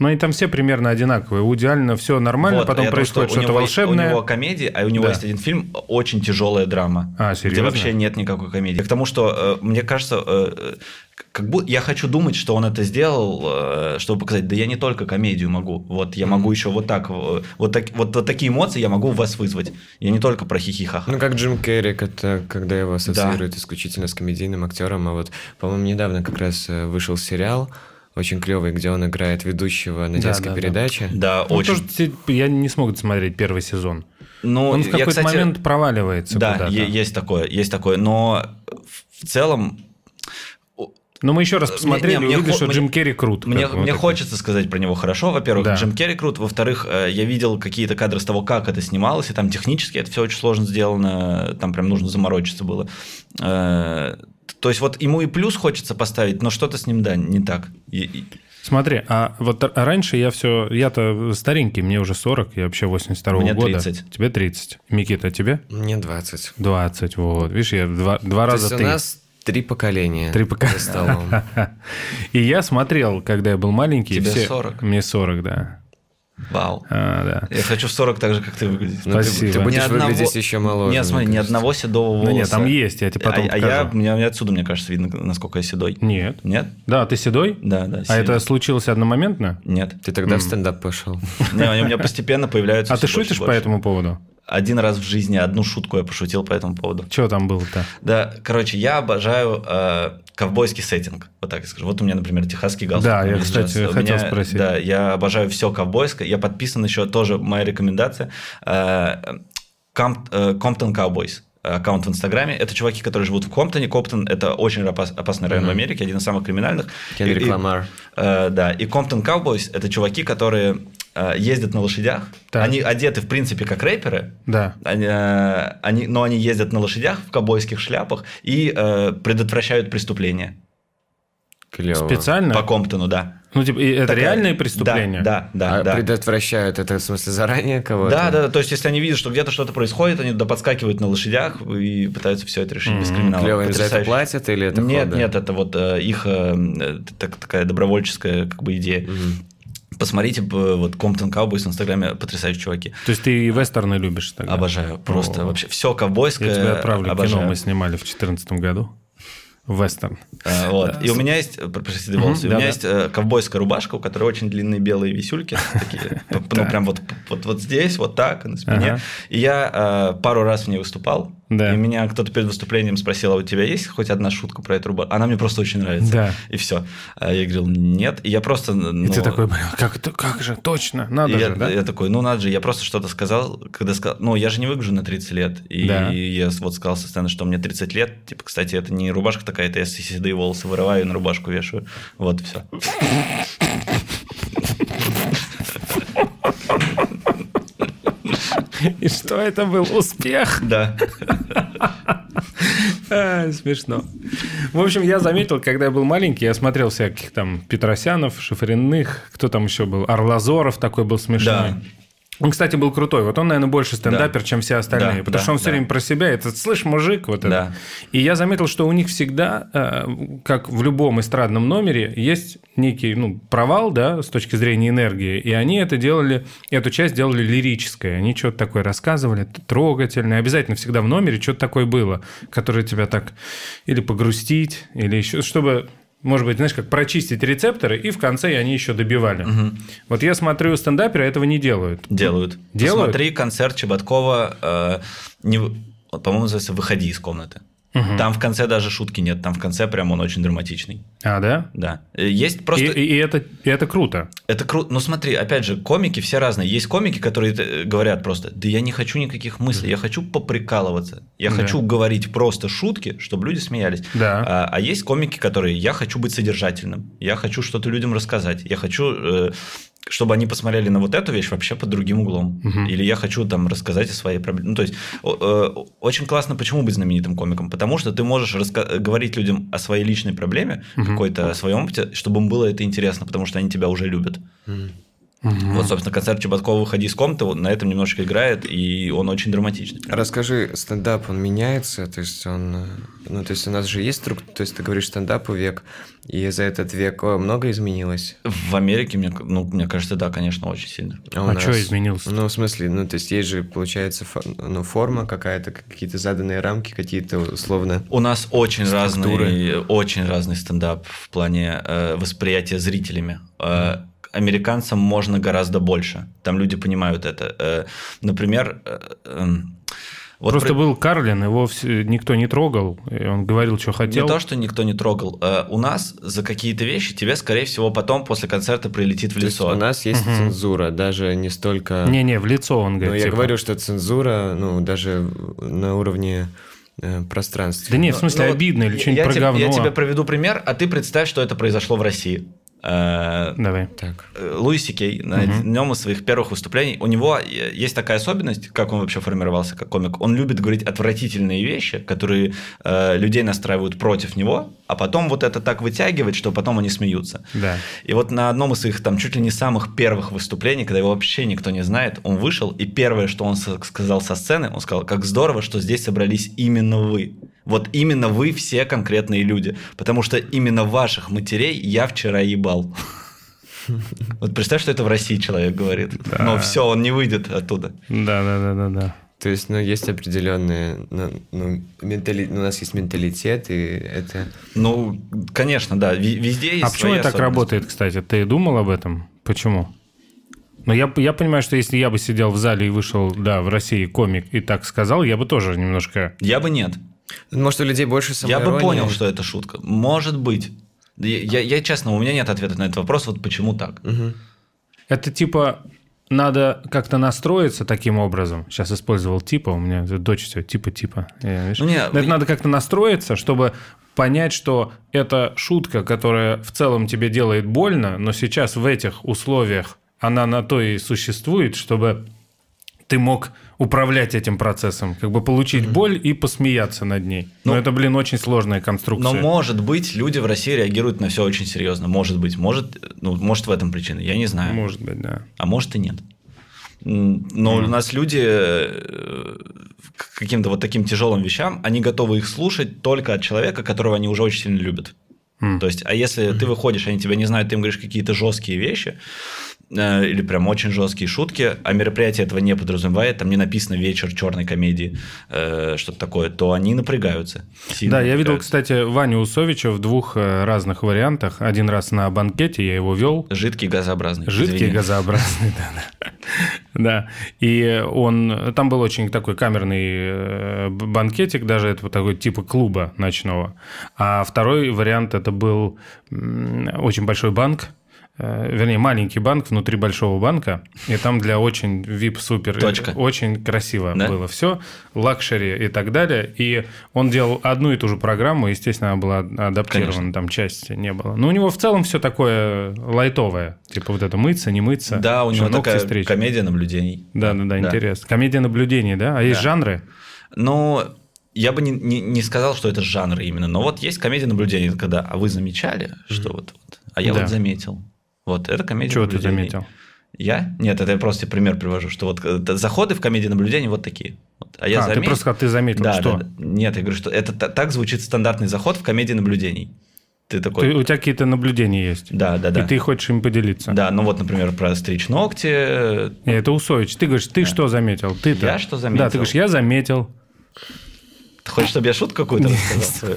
Speaker 3: Но они Ну, там все примерно одинаковые. У Идеально все нормально,
Speaker 1: Вот,
Speaker 3: потом
Speaker 1: я
Speaker 3: происходит
Speaker 1: то, что
Speaker 3: что-то
Speaker 1: у него есть-
Speaker 3: волшебное.
Speaker 1: у него комедия, а у него
Speaker 3: Да.
Speaker 1: есть один фильм очень тяжелая драма.
Speaker 3: А,
Speaker 1: Где
Speaker 3: серьезно?
Speaker 1: вообще нет никакой комедии. К тому, что э, мне кажется, э, к- как будто я хочу думать, что он это сделал, э, чтобы показать, да я не только комедию могу, вот я могу еще вот так, э, вот, так вот, вот такие эмоции я могу у вас вызвать. Я не только про хихихаха.
Speaker 2: Ну, как Джим Керри, это когда его ассоциируют
Speaker 1: Да.
Speaker 2: исключительно с комедийным актером. А вот, по-моему, недавно как раз э, вышел сериал очень клевый, где он играет ведущего на
Speaker 3: Да,
Speaker 2: детской
Speaker 3: да, да.
Speaker 2: передаче.
Speaker 1: Да,
Speaker 3: Ну,
Speaker 1: очень.
Speaker 3: тоже те- я не смог досмотреть первый сезон.
Speaker 1: Ну,
Speaker 3: Он в какой-то
Speaker 1: кстати,
Speaker 3: момент проваливается
Speaker 1: Да,
Speaker 3: куда-то.
Speaker 1: е- есть такое, есть такое. Но в в целом
Speaker 3: Но мы еще раз
Speaker 1: не,
Speaker 3: посмотрели и
Speaker 1: мне
Speaker 3: увидели,
Speaker 1: хо-
Speaker 3: что
Speaker 1: мне-
Speaker 3: Джим Керри крут.
Speaker 1: Мне,
Speaker 3: как бы, вот
Speaker 1: мне
Speaker 3: такой.
Speaker 1: хочется сказать про него хорошо. Во-первых,
Speaker 3: Да.
Speaker 1: Джим Керри крут. Во-вторых, э, я видел какие-то кадры с того, как это снималось, и там технически это все очень сложно сделано. Там прям нужно заморочиться было. Э, То есть вот ему и плюс хочется поставить, но что-то с ним, да, не так. И- и-
Speaker 3: Смотри, а вот р- раньше я все... Я-то старенький, мне уже 40, я вообще 82-го
Speaker 1: Мне
Speaker 3: года.
Speaker 1: 30.
Speaker 3: Тебе 30. Никита, а тебе?
Speaker 2: Мне 20.
Speaker 3: 20, вот. Видишь, я два, два
Speaker 2: То
Speaker 3: раза
Speaker 2: есть
Speaker 3: ты.
Speaker 2: у нас Три поколения.
Speaker 3: Три поколения.
Speaker 2: За столом.
Speaker 3: И я смотрел, когда я был маленький.
Speaker 1: Тебе
Speaker 3: все...
Speaker 1: 40?
Speaker 3: Мне 40, да.
Speaker 1: Вау.
Speaker 3: А, да.
Speaker 1: Я хочу в 40 так же, как ты выглядеть.
Speaker 2: Ну, ты-
Speaker 3: Спасибо.
Speaker 2: Ты
Speaker 3: Ни
Speaker 2: будешь
Speaker 1: одного-
Speaker 2: выглядеть еще моложе.
Speaker 1: Нет, смотри,
Speaker 2: мне
Speaker 1: ни
Speaker 2: кажется.
Speaker 1: одного седого волоса.
Speaker 3: Ну нет, там есть, я тебе
Speaker 1: А,
Speaker 3: потом
Speaker 1: а я,
Speaker 3: покажу.
Speaker 1: меня, меня отсюда, мне кажется, видно, насколько я седой.
Speaker 3: Нет.
Speaker 1: Нет?
Speaker 3: Да, ты седой?
Speaker 1: Да, да.
Speaker 3: А
Speaker 1: сильно.
Speaker 3: это случилось одномоментно?
Speaker 1: Нет.
Speaker 2: Ты тогда в стендап пошел.
Speaker 1: Не, они у меня постепенно появляются.
Speaker 3: А ты
Speaker 1: всё больше и
Speaker 3: шутишь по
Speaker 1: больше.
Speaker 3: этому поводу?
Speaker 1: Один раз в жизни одну шутку я пошутил по этому поводу.
Speaker 3: Чего там было-то?
Speaker 1: Да, короче, я обожаю э, ковбойский сеттинг, вот так я скажу. Вот у меня, например, техасский галстук.
Speaker 3: Да,
Speaker 1: У меня
Speaker 3: я, кстати,
Speaker 1: сейчас- у
Speaker 3: хотел
Speaker 1: меня-
Speaker 3: спросить.
Speaker 1: Да, я обожаю все ковбойское. Я подписан еще, тоже моя рекомендация, э, Комп- э, Compton Cowboys э, аккаунт в Инстаграме. Это чуваки, которые живут в Комптоне. Комптон – это очень опас- опасный район в Америке, один из самых криминальных.
Speaker 2: Кендрик
Speaker 1: И- и-
Speaker 2: Ламар.
Speaker 1: Э, да, и Compton Cowboys – это чуваки, которые э, ездят на лошадях.
Speaker 3: Так.
Speaker 1: Они одеты, в принципе, как рэперы,
Speaker 3: Да.
Speaker 1: они, э, они- но они ездят на лошадях в кобойских шляпах и э, предотвращают преступления.
Speaker 2: Клево.
Speaker 3: Специально?
Speaker 1: По Комптону, да.
Speaker 3: Ну, типа, и это
Speaker 1: Э, Такая-
Speaker 3: реальные преступления?
Speaker 1: Да, да,
Speaker 2: А
Speaker 1: да. да.
Speaker 2: предотвращают это, в смысле, заранее кого-то?
Speaker 1: Да, да, да, то есть если они видят, что где-то что-то происходит, они да подскакивают на лошадях и пытаются все это решить без криминала.
Speaker 2: Клево, им за это
Speaker 1: Потрясающе.
Speaker 2: платят или это
Speaker 1: нет,
Speaker 2: хобби?
Speaker 1: нет, это вот э, их э, э, так- такая добровольческая как бы идея. Посмотрите б, вот Compton Cowboys в Инстаграме, потрясающие чуваки.
Speaker 3: То есть ты и вестерны любишь тогда?
Speaker 1: Обожаю, просто
Speaker 3: О.
Speaker 1: вообще все
Speaker 3: Я
Speaker 1: ковбойское.
Speaker 3: тебя отправлю.
Speaker 1: обожаю.
Speaker 3: Кино мы снимали в 2014 году. Вестерн.
Speaker 1: А, Вот. И у меня есть, э, про- прости, ты волосы. И
Speaker 3: да,
Speaker 1: у меня
Speaker 3: да.
Speaker 1: есть э, ковбойская рубашка, у которой очень длинные белые висюльки, такие, п- п- ну прям вот вот вот здесь, вот так на
Speaker 3: Ага.
Speaker 1: спине. И я э, пару раз в ней выступал.
Speaker 3: Да.
Speaker 1: И меня кто-то перед выступлением спросил, а у тебя есть хоть одна шутка про эту рубашку? Она мне просто очень нравится.
Speaker 3: Да.
Speaker 1: И все. Я говорил, нет. И я просто...
Speaker 3: И ты такой, блин, как, это- как же, точно, надо
Speaker 1: И Ну, э, я,
Speaker 3: же, да?
Speaker 1: я такой, ну надо же, я просто что-то сказал, когда сказал, ну я же не выгляжу на 30 лет. И
Speaker 3: Да.
Speaker 1: я с- вот сказал постоянно, что мне 30 лет. Типа, кстати, это не рубашка такая, это я с- седые волосы вырываю и на рубашку вешаю. Вот все.
Speaker 3: И что это был? Успех?
Speaker 1: Да.
Speaker 3: А, Смешно. В общем, я заметил, когда я был маленький, я смотрел всяких там Петросянов, Шифриных, кто там еще был, Орлазоров такой был смешной.
Speaker 1: Да.
Speaker 3: Он, кстати, был крутой. Вот он, наверное, больше стендапер, чем все остальные.
Speaker 1: Да,
Speaker 3: потому
Speaker 1: да,
Speaker 3: что он все
Speaker 1: да.
Speaker 3: время про себя. Это, слышь, мужик, вот это.
Speaker 1: Да.
Speaker 3: И я заметил, что у них всегда, э, как в любом эстрадном номере, есть некий ну, провал, да, с точки зрения энергии. И они это делали, эту часть делали лирической. Они что-то такое рассказывали, т- трогательное. Обязательно всегда в номере что-то такое было, которое тебя так или погрустить, или еще, чтобы может быть, знаешь, как прочистить рецепторы, и в конце они еще добивали. Вот я смотрю, стендаперы этого не делают.
Speaker 1: Делают.
Speaker 3: Делают?
Speaker 1: Посмотри концерт Чеботкова, э, не в- вот, по-моему, называется «Выходи из комнаты». Там в конце даже шутки нет, там в конце прям он очень драматичный.
Speaker 3: А, да?
Speaker 1: Да. Э, Есть просто...
Speaker 3: И, и- и это, и это круто.
Speaker 1: Это круто. Ну смотри, опять же, комики все разные. Есть комики, которые э, говорят просто, да я не хочу никаких мыслей, я хочу поприкалываться. Я
Speaker 3: Да.
Speaker 1: хочу говорить просто шутки, чтобы люди смеялись.
Speaker 3: Да.
Speaker 1: А, а есть комики, которые, я хочу быть содержательным, я хочу что-то людям рассказать, я хочу... э, чтобы они посмотрели на вот эту вещь вообще под другим углом. Или я хочу там рассказать о своей проблеме. Ну, то есть, о- э, очень классно, почему быть знаменитым комиком? Потому что ты можешь раска- э, говорить людям о своей личной проблеме, какой-то о своем опыте, чтобы им было это интересно, потому что они тебя уже любят. А, Вот, собственно, концерт Чеботкова «Выходи из комнаты» он на этом немножечко играет, и он очень драматичный.
Speaker 2: Расскажи, стендап, он меняется? То есть он... э, Ну, то есть у нас же есть структура, то есть ты говоришь стендапу век, и за этот век э, много изменилось?
Speaker 1: В Америке, мне, ну, мне кажется, да, конечно, очень сильно.
Speaker 2: у
Speaker 3: А
Speaker 2: нас-
Speaker 3: что изменилось?
Speaker 2: Ну, в смысле, ну, то есть есть же, получается, фо- ну, форма какая-то, какие-то заданные рамки, какие-то условно...
Speaker 1: У нас очень
Speaker 2: Структуры.
Speaker 1: разный, очень разный стендап в плане э, восприятия зрителями. Э, американцам можно гораздо больше. Там люди понимают это. Э, например, э, эм, вот
Speaker 3: Просто
Speaker 1: при-
Speaker 3: был Карлин, его вс- никто не трогал, и он говорил, что хотел.
Speaker 1: Не то, что никто не трогал. э, у нас за какие-то вещи тебе, скорее всего, потом после концерта прилетит в
Speaker 2: То есть
Speaker 1: лицо.
Speaker 2: у нас есть цензура, даже не столько...
Speaker 3: Не-не, в лицо он говорит.
Speaker 2: Ну, я
Speaker 3: типа.
Speaker 2: говорю, что цензура, ну, даже на уровне э, пространства.
Speaker 3: Да нет, в
Speaker 1: Ну, ну
Speaker 3: смысле,
Speaker 1: вот
Speaker 3: обидно или
Speaker 1: я-
Speaker 3: что-нибудь
Speaker 1: я
Speaker 3: про
Speaker 1: тебе-
Speaker 3: говно.
Speaker 1: Я тебе приведу пример, а ты представь, что это произошло в России. Э,
Speaker 3: Давай.
Speaker 2: Так.
Speaker 1: э, Луи Сикей на одном из своих первых выступлений, у него э, есть такая особенность, как он вообще формировался как комик, он любит говорить отвратительные вещи, которые э, людей настраивают против него, а потом вот это так вытягивать, что потом они смеются.
Speaker 3: Да.
Speaker 1: И вот на одном из их там чуть ли не самых первых выступлений, когда его вообще никто не знает, он вышел, и первое, что он со- сказал со сцены, он сказал, как здорово, что здесь собрались именно вы. Вот именно вы все конкретные люди. Потому что именно ваших матерей я вчера ебал. Вот представь, что это в России человек говорит. Но все, он не выйдет оттуда.
Speaker 3: Да, да, да, да, да. А
Speaker 2: То есть, ну, есть определенные, ну, ну, ментали- у нас есть менталитет, и это...
Speaker 1: Ну, конечно, да, ви- везде есть
Speaker 3: А почему
Speaker 1: свои
Speaker 3: это так
Speaker 1: особенности.
Speaker 3: работает, кстати? Ты думал об этом? Почему? Но я, я понимаю, что если я бы сидел в зале и вышел, да, в России комик и так сказал, я бы тоже немножко...
Speaker 1: Я бы нет.
Speaker 2: ну, Может, у людей больше
Speaker 1: Я
Speaker 2: самоиронии?
Speaker 1: бы понял, что это шутка. Может быть. Да Я, я- я, честно, у меня нет ответа на этот вопрос, вот почему так.
Speaker 2: Мгм.
Speaker 3: Это типа надо как-то настроиться таким образом. Сейчас использовал типа, у меня дочь все типа-типа. Я, видишь?
Speaker 1: Ну, не,
Speaker 3: Но это
Speaker 1: вы-
Speaker 3: надо как-то настроиться, чтобы понять, что это шутка, которая в целом тебе делает больно, но сейчас в этих условиях она на то и существует, чтобы ты мог управлять этим процессом, как бы получить боль и посмеяться над ней. Но
Speaker 1: Ну,
Speaker 3: это, блин, очень сложная конструкция.
Speaker 1: Но может быть, люди в России реагируют на все очень серьезно. Может быть, может, э, ну, может в этом причина, я не знаю.
Speaker 3: Может быть, да.
Speaker 1: А может и нет. М, Но у нас люди э, к каким-то вот таким тяжелым вещам, они готовы их слушать только от человека, которого они уже очень сильно любят.
Speaker 3: М.
Speaker 1: То есть, а если ты выходишь, они тебя не знают, ты им говоришь какие-то жесткие вещи, э, или прям очень жесткие шутки, а мероприятие этого не подразумевает, там не написано вечер черной комедии, э, что-то такое, то они напрягаются. сильно
Speaker 3: Да, я видел,
Speaker 1: напрягаются.
Speaker 3: кстати, Ваню Усовича в двух э, разных вариантах. Один раз на банкете я его вел.
Speaker 1: Жидкий газообразный.
Speaker 3: Жидкий
Speaker 1: извини.
Speaker 3: газообразный, да, да. Да, и он, там был очень такой камерный э, б- банкетик, даже это вот такой типа клуба ночного. А второй вариант это был м, очень большой банк, э, вернее, маленький банк внутри большого банка, и там для очень VIP-супер,
Speaker 1: Точка.
Speaker 3: очень красиво
Speaker 1: Да?
Speaker 3: было все, лакшери и так далее. И он делал одну и ту же программу, естественно, она была адаптирована,
Speaker 1: Конечно.
Speaker 3: там части не было. Но у него в целом все такое лайтовое, типа вот это мыться, не мыться.
Speaker 1: Да, у него
Speaker 3: ногти
Speaker 1: такая
Speaker 3: стричь.
Speaker 1: комедия наблюдений.
Speaker 3: Да, да, да, интересно. Комедия наблюдений, да? А есть жанры?
Speaker 1: Но я бы не, не- не сказал, что это жанр именно. Но вот есть комедия наблюдений, это когда «А вы замечали, что вот, вот? А я
Speaker 3: Да.
Speaker 1: вот заметил». Вот, это комедия
Speaker 3: Чего ты
Speaker 1: наблюдений.
Speaker 3: заметил?
Speaker 1: Я? Нет, это я просто пример привожу, что вот э, т- заходы в комедии наблюдений вот такие. Вот, А я
Speaker 3: а,
Speaker 1: заметил.
Speaker 3: ты просто как ты заметил,
Speaker 1: Да,
Speaker 3: что?
Speaker 1: да, да. Нет, я говорю, что это та- так звучит стандартный заход в комедии наблюдений. Ты такой...
Speaker 3: Ты- у тебя какие-то наблюдения есть.
Speaker 1: Да, да, да.
Speaker 3: И ты хочешь им поделиться.
Speaker 1: Да, ну вот, например, про стричь ногти. э,
Speaker 3: И это Усович. Ты говоришь, ты что заметил? Ты
Speaker 1: Я что заметил?
Speaker 3: Да, ты говоришь, я заметил.
Speaker 1: Ты хочешь, чтобы я шутку какую-то рассказал?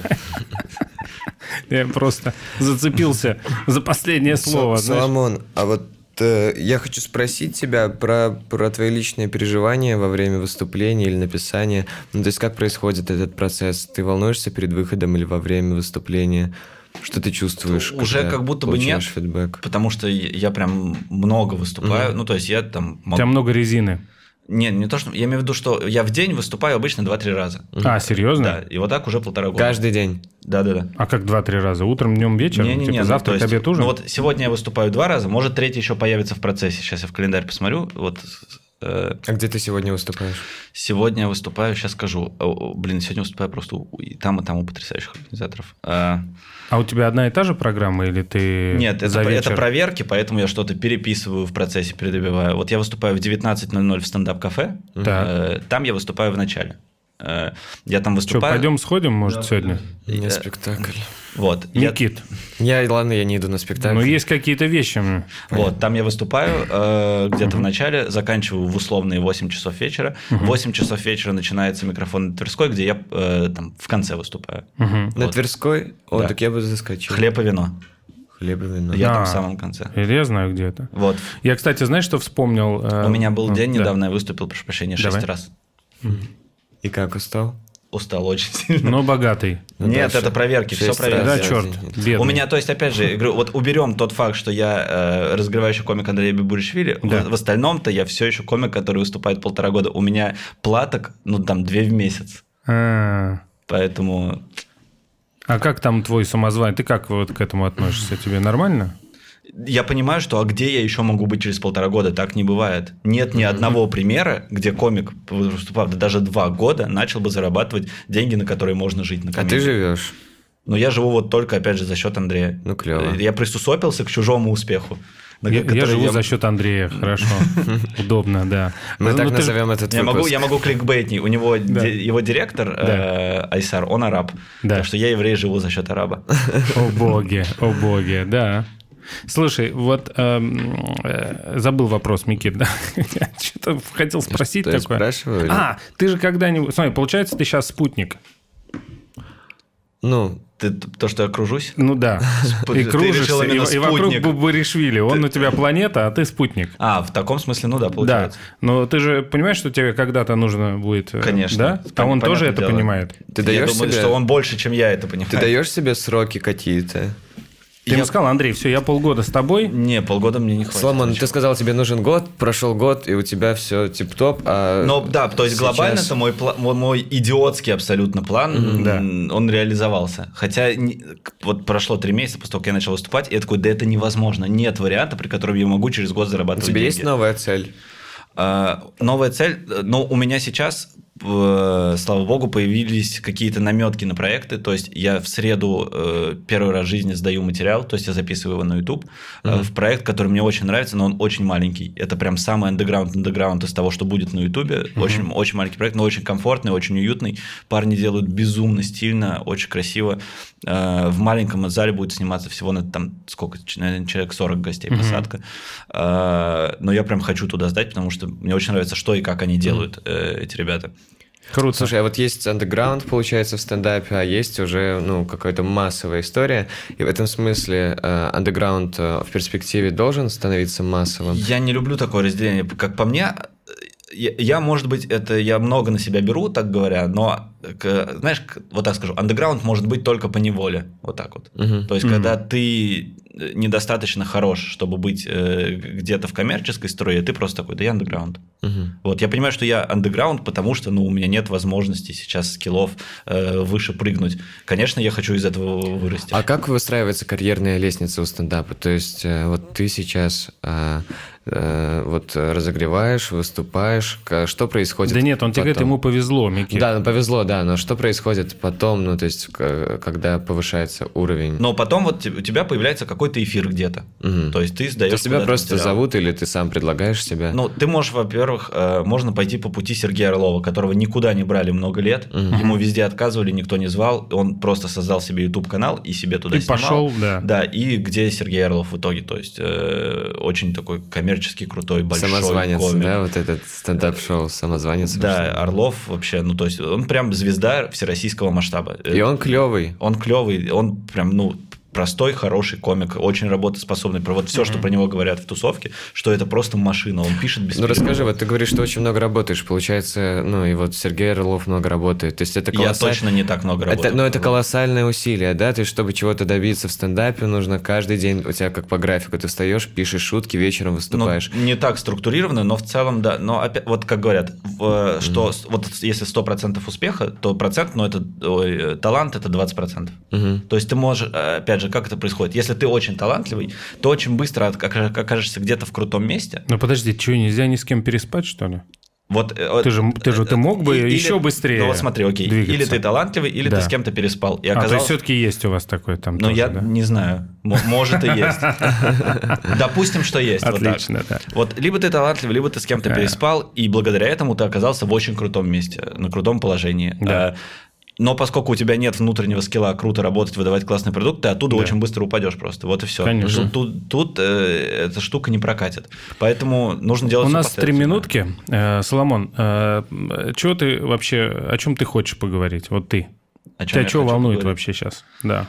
Speaker 1: Э, свою?
Speaker 3: Я просто зацепился за последнее слово.
Speaker 2: Со-
Speaker 3: знаешь.
Speaker 2: Соломон, а вот э, я хочу спросить тебя про, про твои личные переживания во время выступления или написания. Ну, то есть, как происходит этот процесс? Ты волнуешься перед выходом или во время выступления? Что ты чувствуешь?
Speaker 1: Уже
Speaker 2: когда
Speaker 1: как будто бы
Speaker 2: получаешь
Speaker 1: нет.
Speaker 2: фидбэк?
Speaker 1: Потому что я я прям много выступаю.
Speaker 2: Мгм.
Speaker 1: Ну, то есть я там...
Speaker 3: У
Speaker 1: могу-
Speaker 3: тебя много резины.
Speaker 1: Не, не то, что... Я имею в виду, что я в день выступаю обычно 2-3 раза.
Speaker 3: А, серьезно?
Speaker 1: Да, и вот так уже полтора года.
Speaker 2: Каждый день.
Speaker 1: Да-да-да.
Speaker 3: А как два-три раза? Утром, днем, вечером?
Speaker 1: Не-не-не,
Speaker 3: типа
Speaker 1: ну,
Speaker 3: завтрак,
Speaker 1: то есть,
Speaker 3: обед, ужин?
Speaker 1: Ну вот сегодня я выступаю два раза, может третий еще появится в процессе. Сейчас я в календарь посмотрю. Вот э,
Speaker 2: А где ты сегодня выступаешь?
Speaker 1: сегодня я выступаю, сейчас скажу. О, о, блин, сегодня выступаю просто у- и там, и там у потрясающих организаторов. А,
Speaker 3: А у тебя одна и та же программа, или ты
Speaker 1: нет, это,
Speaker 3: Э, за
Speaker 1: про- это
Speaker 3: вечер?
Speaker 1: проверки, поэтому я что-то переписываю в процессе, передобиваю. Вот я выступаю в 19.00 в стендап-кафе.
Speaker 3: Так.
Speaker 1: Э, там я выступаю в начале. Э, я там
Speaker 3: Что,
Speaker 1: выступаю.
Speaker 3: пойдем сходим, может,
Speaker 1: Да.
Speaker 3: сегодня?
Speaker 2: У меня
Speaker 1: Э,
Speaker 2: спектакль.
Speaker 1: Вот. я-
Speaker 3: Никит,
Speaker 2: Я, ладно, я не иду на спектакль.
Speaker 3: ну есть какие-то вещи. м.
Speaker 1: Вот, там я выступаю э, где-то в начале, заканчиваю в условные 8 часов вечера. В 8 часов вечера начинается микрофон на Тверской, где я э, там в конце выступаю.
Speaker 3: Мгм.
Speaker 2: На
Speaker 1: вот.
Speaker 2: Тверской? О,
Speaker 1: Да.
Speaker 2: так я бы заскочил.
Speaker 1: Хлеб и вино.
Speaker 2: Хлеб и вино.
Speaker 1: Я
Speaker 3: А.
Speaker 1: там в самом конце.
Speaker 3: Или я знаю, где это.
Speaker 1: Вот.
Speaker 3: Я, кстати, знаешь, что вспомнил? э,
Speaker 1: У меня был
Speaker 3: ну,
Speaker 1: день
Speaker 3: да.
Speaker 1: недавно, я выступил, прошу прощения, 6
Speaker 3: Давай.
Speaker 1: раз.
Speaker 2: И как, устал?
Speaker 1: Устал очень сильно.
Speaker 3: Но богатый.
Speaker 2: Ну,
Speaker 1: Нет,
Speaker 2: да,
Speaker 1: это
Speaker 2: ш-
Speaker 1: проверки, все
Speaker 2: шесть раз.
Speaker 1: проверки.
Speaker 3: Да,
Speaker 2: я
Speaker 3: черт,
Speaker 2: извиняюсь.
Speaker 3: бедный.
Speaker 1: У меня, то есть, опять же, я говорю, вот уберем тот факт, что я э, разгревающий комик Андрея Бибуришвили,
Speaker 3: Да.
Speaker 1: в, в остальном-то я все еще комик, который выступает полтора года. У меня платок, ну, там, две в месяц.
Speaker 3: А
Speaker 1: Поэтому
Speaker 3: а как там твой самозвание? Ты как вот к этому относишься? Тебе нормально?
Speaker 1: я понимаю, что а где я еще могу быть через полтора года? Так не бывает. Нет ни одного примера, где комик, выступав да даже два года, начал бы зарабатывать деньги, на которые можно жить. На
Speaker 2: А ты
Speaker 1: комедии.
Speaker 2: живешь?
Speaker 1: Но я живу вот только, опять же, за счет Андрея.
Speaker 2: Ну, клево.
Speaker 1: Я присусопился к чужому успеху. на
Speaker 3: Я, я
Speaker 1: которые
Speaker 3: живу за счет Андрея, хорошо. Удобно, да.
Speaker 2: Мы
Speaker 3: Ну,
Speaker 2: так
Speaker 3: ну, ты-
Speaker 2: назовем этот
Speaker 1: Я могу,
Speaker 2: выпуск.
Speaker 1: я могу кликбейтней. У него
Speaker 3: Да.
Speaker 1: ди- его директор э, Айсар, он араб.
Speaker 3: Да.
Speaker 1: Так что я еврей живу за счет араба.
Speaker 3: О боги, о боги, да. Слушай, вот эм, э, забыл вопрос, Микит, да? Я что-то хотел спросить
Speaker 2: Что я
Speaker 3: такое.
Speaker 2: спрашиваю? или-
Speaker 3: А, ты же когда-нибудь... Смотри, получается, ты сейчас спутник.
Speaker 2: Ну,
Speaker 1: Ты, то, что я кружусь?
Speaker 3: Ну да.
Speaker 1: Спу-
Speaker 3: И
Speaker 1: ты
Speaker 3: кружишься,
Speaker 1: решил
Speaker 3: и,
Speaker 1: именно
Speaker 3: и вокруг
Speaker 1: спутник.
Speaker 3: Бабаришвили. Он у тебя планета, а ты спутник.
Speaker 1: А, в таком смысле, ну да,
Speaker 3: Да,
Speaker 1: получается.
Speaker 3: но ты же понимаешь, что тебе когда-то нужно будет... э,
Speaker 1: Конечно.
Speaker 3: Да? А
Speaker 1: Пон-
Speaker 3: он тоже
Speaker 1: понятное
Speaker 3: это
Speaker 1: дело.
Speaker 3: понимает.
Speaker 2: ты
Speaker 1: я
Speaker 2: даешь
Speaker 1: думаю,
Speaker 2: себе...
Speaker 1: что он больше, чем я это понимаю.
Speaker 2: Ты даешь себе сроки какие-то?
Speaker 3: Ты ему сказал, Андрей, все, я полгода с тобой,
Speaker 1: Не, полгода мне не хватит.
Speaker 2: Сломан, ты сказал, тебе нужен год, прошел год, и у тебя все тип-топ, а...
Speaker 1: Но да, то есть
Speaker 2: сейчас-
Speaker 1: глобально это мой, пла- мой- мой идиотский абсолютно план, м, он реализовался. Хотя не- к- вот прошло три месяца после того, как я начал выступать, и я такой, да это невозможно, нет варианта, при котором я могу через год
Speaker 2: У
Speaker 1: зарабатывать
Speaker 2: тебя есть
Speaker 1: деньги».
Speaker 2: новая цель?
Speaker 1: А, Новая цель, э, но у меня сейчас, э, слава богу, появились какие-то наметки на проекты. То есть я в среду э, первый раз в жизни сдаю материал, то есть я записываю его на YouTube э, в проект, который мне очень нравится, но он очень маленький. Это прям самый андеграунд андеграунд из того, что будет на YouTube. Очень, очень маленький проект, но очень комфортный, очень уютный. Парни делают безумно стильно, очень красиво. Э, В маленьком зале будет сниматься всего на там сколько, ч- наверное, человек 40 гостей
Speaker 3: Мгм.
Speaker 1: посадка. А, Но я прям хочу туда сдать, потому что мне очень нравится, что и как они делают, э, эти ребята.
Speaker 3: Круто.
Speaker 2: Слушай, а вот есть андеграунд, получается, в стендапе, а есть уже, ну, какая-то массовая история. И в этом смысле э, андеграунд э, в перспективе должен становиться массовым.
Speaker 1: Я не люблю такое разделение. Как по мне, э, я, я, может быть, это я много на себя беру, так говоря, но, к- знаешь, к- вот так скажу, андеграунд может быть только по неволе, вот так вот.
Speaker 2: Мгм.
Speaker 1: То есть,
Speaker 3: Мгм.
Speaker 1: когда ты э, недостаточно хорош, чтобы быть э, где-то в коммерческой строе, ты просто такой, да я андеграунд.
Speaker 2: Мгм.
Speaker 1: Вот, я понимаю, что я андеграунд, потому что, ну, у меня нет возможности сейчас скиллов э, выше прыгнуть. Конечно, я хочу из этого вырасти.
Speaker 2: А как выстраивается карьерная лестница у стендапа? То есть э, вот ты сейчас э, э, вот э, разогреваешь, выступаешь, к- что происходит?
Speaker 3: Да нет, он тебе говорит,
Speaker 2: потом?
Speaker 3: ему повезло, Микит.
Speaker 2: Да, ну, повезло, да, но что происходит потом, ну, то есть, к- когда повышается уровень?
Speaker 1: Но потом вот те- у тебя появляется какой-то эфир где-то.
Speaker 2: Мгм.
Speaker 1: Ну, То есть ты
Speaker 2: То
Speaker 1: сдаешь...
Speaker 2: есть тебя
Speaker 1: куда-то
Speaker 2: просто
Speaker 1: материал.
Speaker 2: зовут или ты сам предлагаешь себя?
Speaker 1: Ну, ты можешь, во-первых, э, можно пойти по пути Сергея Орлова, которого никуда не брали много лет,
Speaker 2: Мгм.
Speaker 1: ему везде отказывали, никто не звал, он просто создал себе YouTube-канал и себе туда
Speaker 3: Ты
Speaker 1: снимал.
Speaker 3: пошел, да.
Speaker 1: Да, и где Сергей Орлов в итоге, то есть э, очень такой коммерческий, крутой, большой
Speaker 2: самозванец,
Speaker 1: комик.
Speaker 2: да, вот этот стендап-шоу самозванец.
Speaker 1: Да,
Speaker 2: вообще.
Speaker 1: Орлов вообще, ну то есть он прям звезда всероссийского масштаба.
Speaker 2: И он Ну, клевый.
Speaker 1: Он клевый, он прям, ну, простой, хороший комик, очень работоспособный. Про вот все, что про него говорят в тусовке, что это просто машина, он пишет без
Speaker 2: Ну
Speaker 1: перерыва.
Speaker 2: расскажи, вот ты говоришь, что очень много работаешь, получается, ну и вот Сергей Орлов много работает, то есть это
Speaker 1: Я
Speaker 2: колоссаль-
Speaker 1: точно не так много работаю.
Speaker 2: Это, но это колоссальное усилие, да? То есть, чтобы чего-то добиться в стендапе, нужно каждый день, у тебя как по графику, ты встаешь, пишешь шутки, вечером
Speaker 1: Ну,
Speaker 2: выступаешь.
Speaker 1: не так структурированно, но в целом, да. Но опять, вот как говорят, в, э, что с- вот если 100% успеха, то процент, ну это ой, э, талант, это 20%.
Speaker 2: Мгм.
Speaker 1: То есть ты можешь, э, опять же, как это происходит? Если ты очень талантливый, то очень быстро от- ока- окажешься где-то в крутом месте.
Speaker 3: Ну подожди, что, нельзя ни с кем переспать, что ли?
Speaker 1: Вот, э,
Speaker 3: Ты же, ты же ты мог бы
Speaker 1: И- или-
Speaker 3: еще быстрее
Speaker 1: Ну вот смотри, окей. Или
Speaker 3: двигаться.
Speaker 1: ты талантливый, или
Speaker 3: Да.
Speaker 1: ты с кем-то переспал. И
Speaker 3: А, то есть
Speaker 1: оказалось-
Speaker 3: все-таки есть у вас такое там
Speaker 1: Ну,
Speaker 3: тоже,
Speaker 1: я
Speaker 3: да?
Speaker 1: не знаю. М- Может и есть. Допустим, что есть. вот так.
Speaker 3: Отлично, Э. да.
Speaker 1: Вот либо ты талантлив, либо ты с кем-то
Speaker 3: Да.
Speaker 1: переспал, и благодаря этому ты оказался в очень крутом месте, на крутом положении.
Speaker 3: Да.
Speaker 1: Э, Но поскольку у тебя нет внутреннего скилла круто работать, выдавать классный продукт, ты оттуда
Speaker 3: Да.
Speaker 1: очень быстро упадешь просто. Вот и все.
Speaker 3: Конечно.
Speaker 1: Тут, тут, э, эта штука не прокатит. Поэтому нужно делать
Speaker 3: У
Speaker 1: всё
Speaker 3: нас три
Speaker 1: последовательно.
Speaker 3: минутки. Э, Соломон, э, чего ты вообще, о чем ты хочешь поговорить? Вот ты.
Speaker 1: О чём
Speaker 3: Тебя
Speaker 1: я
Speaker 3: что
Speaker 1: хочу
Speaker 3: волнует
Speaker 1: поговорить?
Speaker 3: вообще сейчас? Да.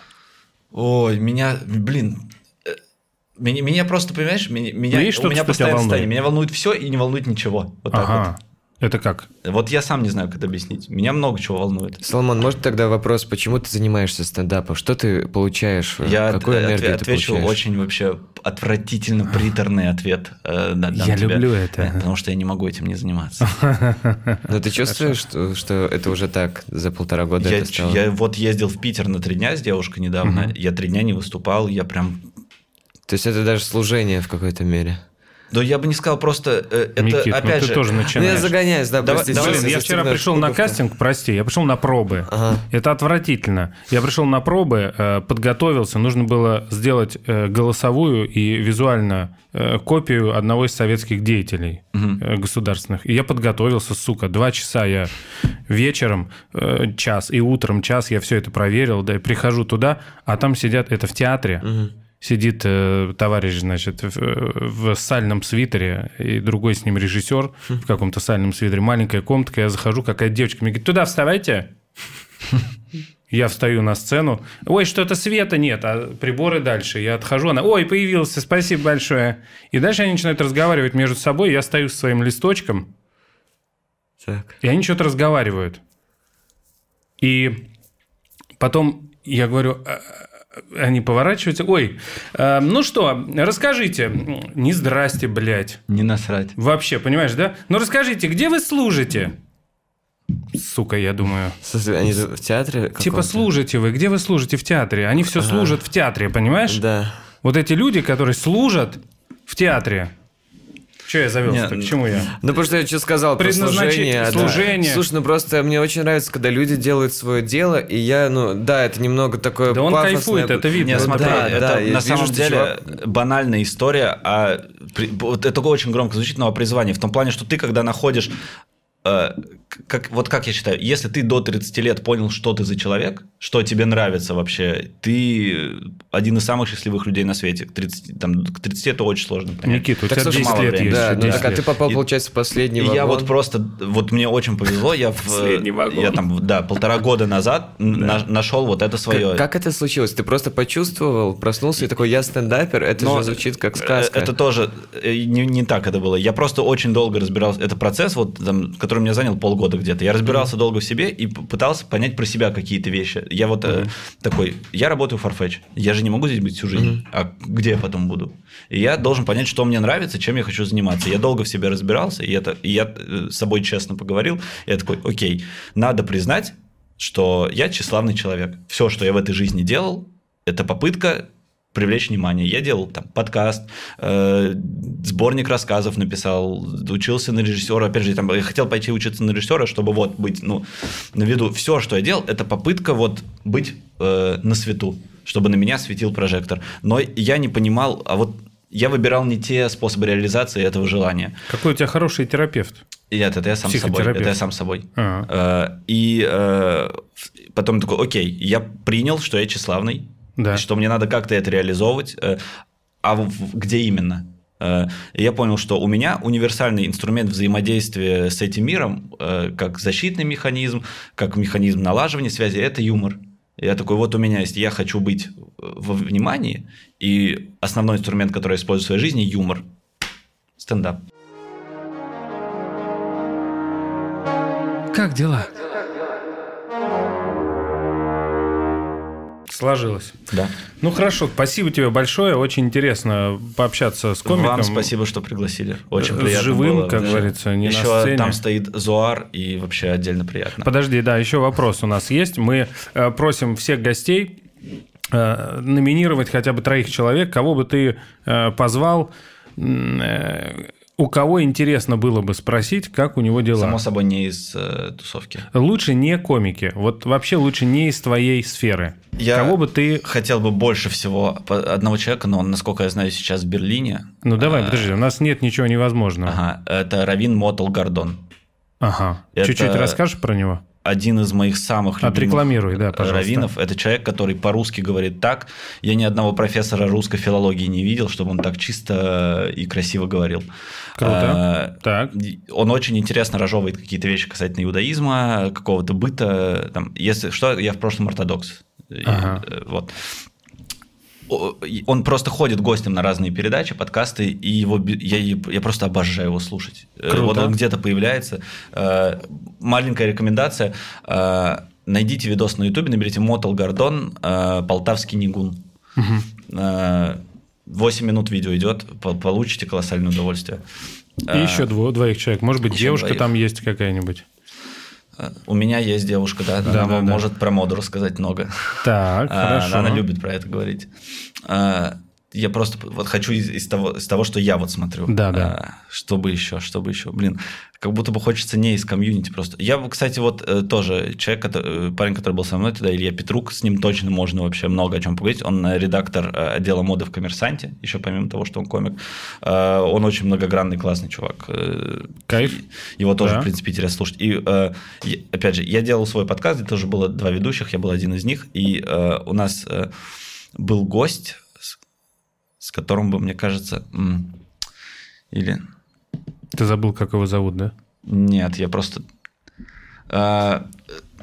Speaker 1: Ой, меня, блин, э, меня, меня просто, понимаешь, меня, меня,
Speaker 3: есть
Speaker 1: у
Speaker 3: что-то,
Speaker 1: меня
Speaker 3: что тебя
Speaker 1: постоянное
Speaker 3: волнует?
Speaker 1: состояние. Меня волнует все и не волнует ничего. Вот так
Speaker 3: Ага. Это как?
Speaker 1: вот. Вот я сам не знаю, как это объяснить. Меня много чего волнует.
Speaker 2: Соломон, может тогда вопрос, почему ты занимаешься стендапом? Что ты получаешь?
Speaker 1: Я
Speaker 2: Какую
Speaker 1: от-
Speaker 2: энергию
Speaker 1: от-
Speaker 2: ты
Speaker 1: отвечу
Speaker 2: получаешь?
Speaker 1: очень вообще отвратительно приторный ответ. э, да- дам
Speaker 3: Я
Speaker 1: тебе.
Speaker 3: люблю это.
Speaker 1: Э, Потому что я не могу этим не заниматься.
Speaker 2: Но Ну, ты чувствуешь, что, что это уже так за полтора года
Speaker 1: Я,
Speaker 2: это
Speaker 1: ч-
Speaker 2: стало?
Speaker 1: я вот ездил в Питер на три дня с девушкой недавно. Я три дня не выступал, я прям
Speaker 2: То есть это даже служение в какой-то мере.
Speaker 1: Да я бы не сказал, просто э, это,
Speaker 3: Никит, ну
Speaker 1: опять
Speaker 3: ты
Speaker 1: же...
Speaker 3: тоже
Speaker 2: Ну, я
Speaker 3: начинаешь.
Speaker 2: загоняюсь, да,
Speaker 1: Давай-
Speaker 2: простите.
Speaker 1: давай,
Speaker 3: Блин, я вчера
Speaker 2: застегнул
Speaker 3: пришел на
Speaker 2: шнурку.
Speaker 3: кастинг, прости, я пришел на пробы.
Speaker 2: Ага.
Speaker 3: Это отвратительно. Я пришел на пробы, э, подготовился, нужно было сделать э, голосовую и визуально э, копию одного из советских деятелей э, государственных. И я подготовился, сука, два часа я вечером э, час и утром час я все это проверил, да, и прихожу туда, а там сидят, это в театре, сидит э, товарищ, значит, в, э, в сальном свитере, и другой с ним режиссер в каком-то сальном свитере, маленькая комнатка, я захожу, какая девочка, мне говорит, туда вставайте. Я встаю на сцену. Ой, что-то света нет, а приборы дальше. Я отхожу, она, ой, появился, спасибо большое. И дальше они начинают разговаривать между собой. Я стою со своим листочком,
Speaker 2: Так.
Speaker 3: и они что-то разговаривают. И потом я говорю, «А, а, они поворачиваются, ой, э, ну что, расскажите. Не здрасте, блядь.
Speaker 1: Не насрать.
Speaker 3: Вообще, понимаешь, да? Ну расскажите, где вы служите? Сука, я думаю.
Speaker 2: В смысле, Они же в театре
Speaker 3: Типа
Speaker 2: каком-то?
Speaker 3: служите вы, где вы служите в театре? Они все служат в театре, понимаешь?
Speaker 2: Да.
Speaker 3: Вот эти люди, которые служат в театре. Че я завелся?
Speaker 1: Не,
Speaker 3: К чему я?
Speaker 2: Ну, потому что я что сказал про
Speaker 3: Предназначи-
Speaker 2: служение. да.
Speaker 3: служение.
Speaker 2: Слушай, ну просто мне очень нравится, когда люди делают свое дело, и я, ну, да, это немного такое
Speaker 3: Да он
Speaker 2: пафосное-
Speaker 3: кайфует, это видно.
Speaker 1: Не,
Speaker 3: Ну,
Speaker 1: смотри,
Speaker 2: да,
Speaker 1: это
Speaker 2: да, я
Speaker 1: на
Speaker 2: вижу,
Speaker 1: самом
Speaker 2: что
Speaker 1: деле
Speaker 2: чувак-
Speaker 1: банальная история, а при- вот это очень громко звучит, но о призвании. В том плане, что ты, когда находишь, э, к- как, вот как я считаю, если ты до 30 лет понял, что ты за человек, что тебе нравится вообще, ты один из самых счастливых людей на свете. К 30, там, к 30 это очень сложно. понять.
Speaker 3: Никита, у
Speaker 2: Так,
Speaker 3: тебя
Speaker 2: слушай,
Speaker 3: 10
Speaker 1: мало
Speaker 3: лет
Speaker 1: времени.
Speaker 3: есть.
Speaker 2: Да,
Speaker 3: еще
Speaker 2: ну
Speaker 3: 10
Speaker 2: так, а ты
Speaker 3: лет.
Speaker 2: попал,
Speaker 1: И-
Speaker 2: получается, в последний
Speaker 1: И я
Speaker 2: вагон.
Speaker 1: вот просто, вот мне очень повезло, я, в,
Speaker 2: Последний вагон.
Speaker 1: я там, да, полтора года назад н- на- нашел вот это свое.
Speaker 2: Как, как это случилось? Ты просто почувствовал, проснулся и такой, я стендапер, это
Speaker 1: Но
Speaker 2: же звучит как
Speaker 1: э,
Speaker 2: сказка.
Speaker 1: Это тоже э, не, не так это было. Я просто очень долго разбирался. Это процесс, вот, там, который меня занял полгода где-то. Я разбирался долго в себе и п- пытался понять про себя какие-то вещи. Я вот э, такой, я работаю в Farfetch. Я же не могу здесь быть всю жизнь. А где я потом буду? И я должен понять, что мне нравится, чем я хочу заниматься. Я долго в себе разбирался, и, это, и я э, с собой честно поговорил. Я такой, окей, надо признать, что я тщеславный человек. Все, что я в этой жизни делал, это попытка привлечь внимание. Я делал там подкаст, э, сборник рассказов написал, учился на режиссера. Опять же, я там, я хотел пойти учиться на режиссера, чтобы вот быть, ну, на виду. Все, что я делал, это попытка вот быть э, на свету, чтобы на меня светил прожектор. Но я не понимал, а вот я выбирал не те способы реализации этого желания.
Speaker 3: Какой у тебя хороший терапевт. А.
Speaker 1: И нет, это я сам собой.
Speaker 3: Психотерапевт.
Speaker 1: Это я сам собой.
Speaker 3: Ага.
Speaker 1: Э, И э, в- потом такой, окей, я принял, что я тщеславный,
Speaker 3: Да.
Speaker 1: и что мне надо как-то это реализовывать, э, а в- в- где именно? Э, и я понял, что у меня универсальный инструмент взаимодействия с этим миром, э, как защитный механизм, как механизм налаживания связи, это юмор. Я такой, вот у меня есть, я хочу быть э, во внимании, и основной инструмент, который я использую в своей жизни, юмор. Стендап.
Speaker 3: Как дела? Сложилось.
Speaker 1: Да.
Speaker 3: Ну хорошо, спасибо тебе большое. Очень интересно пообщаться с комиком.
Speaker 1: Вам спасибо, что пригласили. Очень
Speaker 3: С
Speaker 1: приятно.
Speaker 3: живым,
Speaker 1: было.
Speaker 3: как
Speaker 1: Да.
Speaker 3: говорится, не на
Speaker 1: Еще
Speaker 3: сцене.
Speaker 1: там стоит Зуар, и вообще отдельно приятно.
Speaker 3: Подожди, да, еще вопрос у нас есть. Мы э, просим всех гостей э, номинировать хотя бы троих человек, кого бы ты э, позвал, м, э, у кого интересно было бы спросить, как у него дела.
Speaker 1: Само собой, не из э, тусовки.
Speaker 3: Лучше не комики, вот вообще лучше не из твоей сферы.
Speaker 1: Я-
Speaker 3: Кого бы ты...
Speaker 1: Хотел бы больше всего по- одного человека, но он, насколько я знаю, сейчас в Берлине.
Speaker 3: Ну давай,
Speaker 1: А,
Speaker 3: подожди, у нас нет ничего невозможного.
Speaker 1: Ага, это Равин Мотл Гордон.
Speaker 3: Ага.
Speaker 1: Это-
Speaker 3: Чуть-чуть расскажешь про него?
Speaker 1: Один из моих самых любимых
Speaker 3: Отрекламируй, да, пожалуйста.
Speaker 1: раввинов. Это человек, который по-русски говорит так. Я ни одного профессора русской филологии не видел, чтобы он так чисто и красиво говорил.
Speaker 3: Круто.
Speaker 1: А,
Speaker 3: Так.
Speaker 1: Он очень интересно разжевывает какие-то вещи касательно иудаизма, какого-то быта. Там, если что, я в прошлом ортодокс. И,
Speaker 3: Ага.
Speaker 1: э, Вот. О- и Он просто ходит гостем на разные передачи, подкасты, и его бе- я, я просто обожаю его слушать. Э,
Speaker 3: Круто.
Speaker 1: Вот он где-то появляется. Э, Маленькая рекомендация. Э, Найдите видос на Ютубе, наберите Мотал Гордон, э, Полтавский Нигун. Э, 8 минут видео идет, по- получите колоссальное удовольствие. Э,
Speaker 3: И еще дво- двоих человек. Может быть,
Speaker 1: еще
Speaker 3: девушка
Speaker 1: А. двоих.
Speaker 3: там есть какая-нибудь.
Speaker 1: Э, У меня есть девушка, да,
Speaker 3: Да,
Speaker 1: она
Speaker 3: да,
Speaker 1: вам
Speaker 3: да.
Speaker 1: может про моду рассказать много.
Speaker 3: Так,
Speaker 1: А,
Speaker 3: хорошо.
Speaker 1: Она любит про это говорить. А, я просто вот хочу из, из того, из того, что я вот смотрю.
Speaker 3: Да, да.
Speaker 1: А, чтобы еще, чтобы еще. Блин, как будто бы хочется не из комьюнити просто. Я, бы, кстати, вот э, тоже человек, кото- э, парень, который был со мной тогда, Илья Петрук, с ним точно можно вообще много о чем поговорить. Он э, редактор э, отдела моды в «Коммерсанте», еще помимо того, что он комик. Э, он очень многогранный, классный чувак. Э,
Speaker 3: Кайф.
Speaker 1: Его тоже,
Speaker 3: Да.
Speaker 1: в принципе, интересно слушать. И, э, я- опять же, я делал свой подкаст, где тоже было два ведущих, я был один из них, и э, у нас э, был гость, с, с которым бы, мне кажется, м, или...
Speaker 3: Ты забыл, как его зовут, да?
Speaker 1: Нет, я просто... э,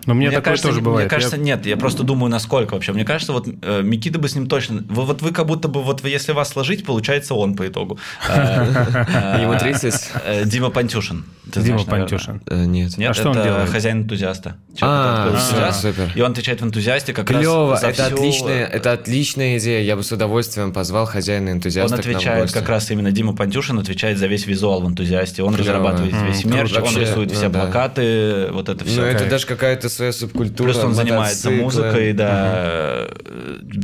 Speaker 3: Но у меня такое тоже
Speaker 1: не-
Speaker 3: бывает.
Speaker 1: Мне кажется,
Speaker 3: Я-
Speaker 1: нет, я просто думаю, насколько вообще. Мне кажется, вот э, Микита бы с ним точно... Вы, вот вы как будто бы, вот вы, если вас сложить, получается он по итогу. Э,
Speaker 2: Ему 30?
Speaker 1: э, Дима Пантюшин. Ты
Speaker 3: Дима
Speaker 1: знаешь, наверное.
Speaker 3: Пантюшин.
Speaker 2: Э, Нет.
Speaker 1: Нет,
Speaker 3: А что он
Speaker 1: это
Speaker 3: делает?
Speaker 1: хозяин энтузиаста. Человек, который
Speaker 2: А,
Speaker 1: открыл
Speaker 3: всё,
Speaker 1: энтузиаст,
Speaker 2: супер.
Speaker 1: И он отвечает в энтузиасте как
Speaker 2: Клево,
Speaker 1: раз за
Speaker 2: это
Speaker 1: всю,
Speaker 2: отличная,
Speaker 1: э,
Speaker 2: это отличная идея. Я бы с удовольствием позвал хозяина
Speaker 1: Он
Speaker 2: энтузиаста.
Speaker 1: отвечает как раз именно Дима Пантюшин отвечает за весь визуал в энтузиасте. Он
Speaker 2: Клево.
Speaker 1: разрабатывает
Speaker 3: М,
Speaker 1: весь
Speaker 2: круто.
Speaker 1: мерч, он
Speaker 2: Вообще,
Speaker 1: рисует
Speaker 2: ну
Speaker 1: все
Speaker 2: да.
Speaker 1: плакаты, вот это все.
Speaker 2: Ну, это
Speaker 3: Кайф.
Speaker 2: даже какая-то своя субкультура.
Speaker 1: Плюс он занимается
Speaker 2: мотоциклы.
Speaker 1: музыкой, да. Э,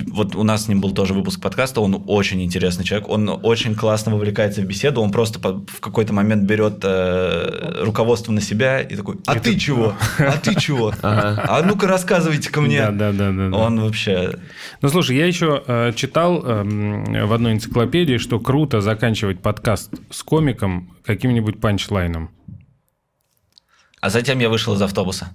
Speaker 1: Вот у нас с ним был тоже выпуск подкаста, он очень интересный человек, он очень классно вовлекается в беседу, он просто по- в какой-то момент берет э, руководство на себя и такой, а ты чего? А ты чего? А ну-ка рассказывайте-ка
Speaker 3: Да,
Speaker 1: мне.
Speaker 3: да, да, да. да.
Speaker 1: Он вообще...
Speaker 3: Ну слушай, я еще э, читал эм, в одной энциклопедии, что круто заканчивать подкаст с комиком каким-нибудь панчлайном.
Speaker 1: А затем я вышел из автобуса.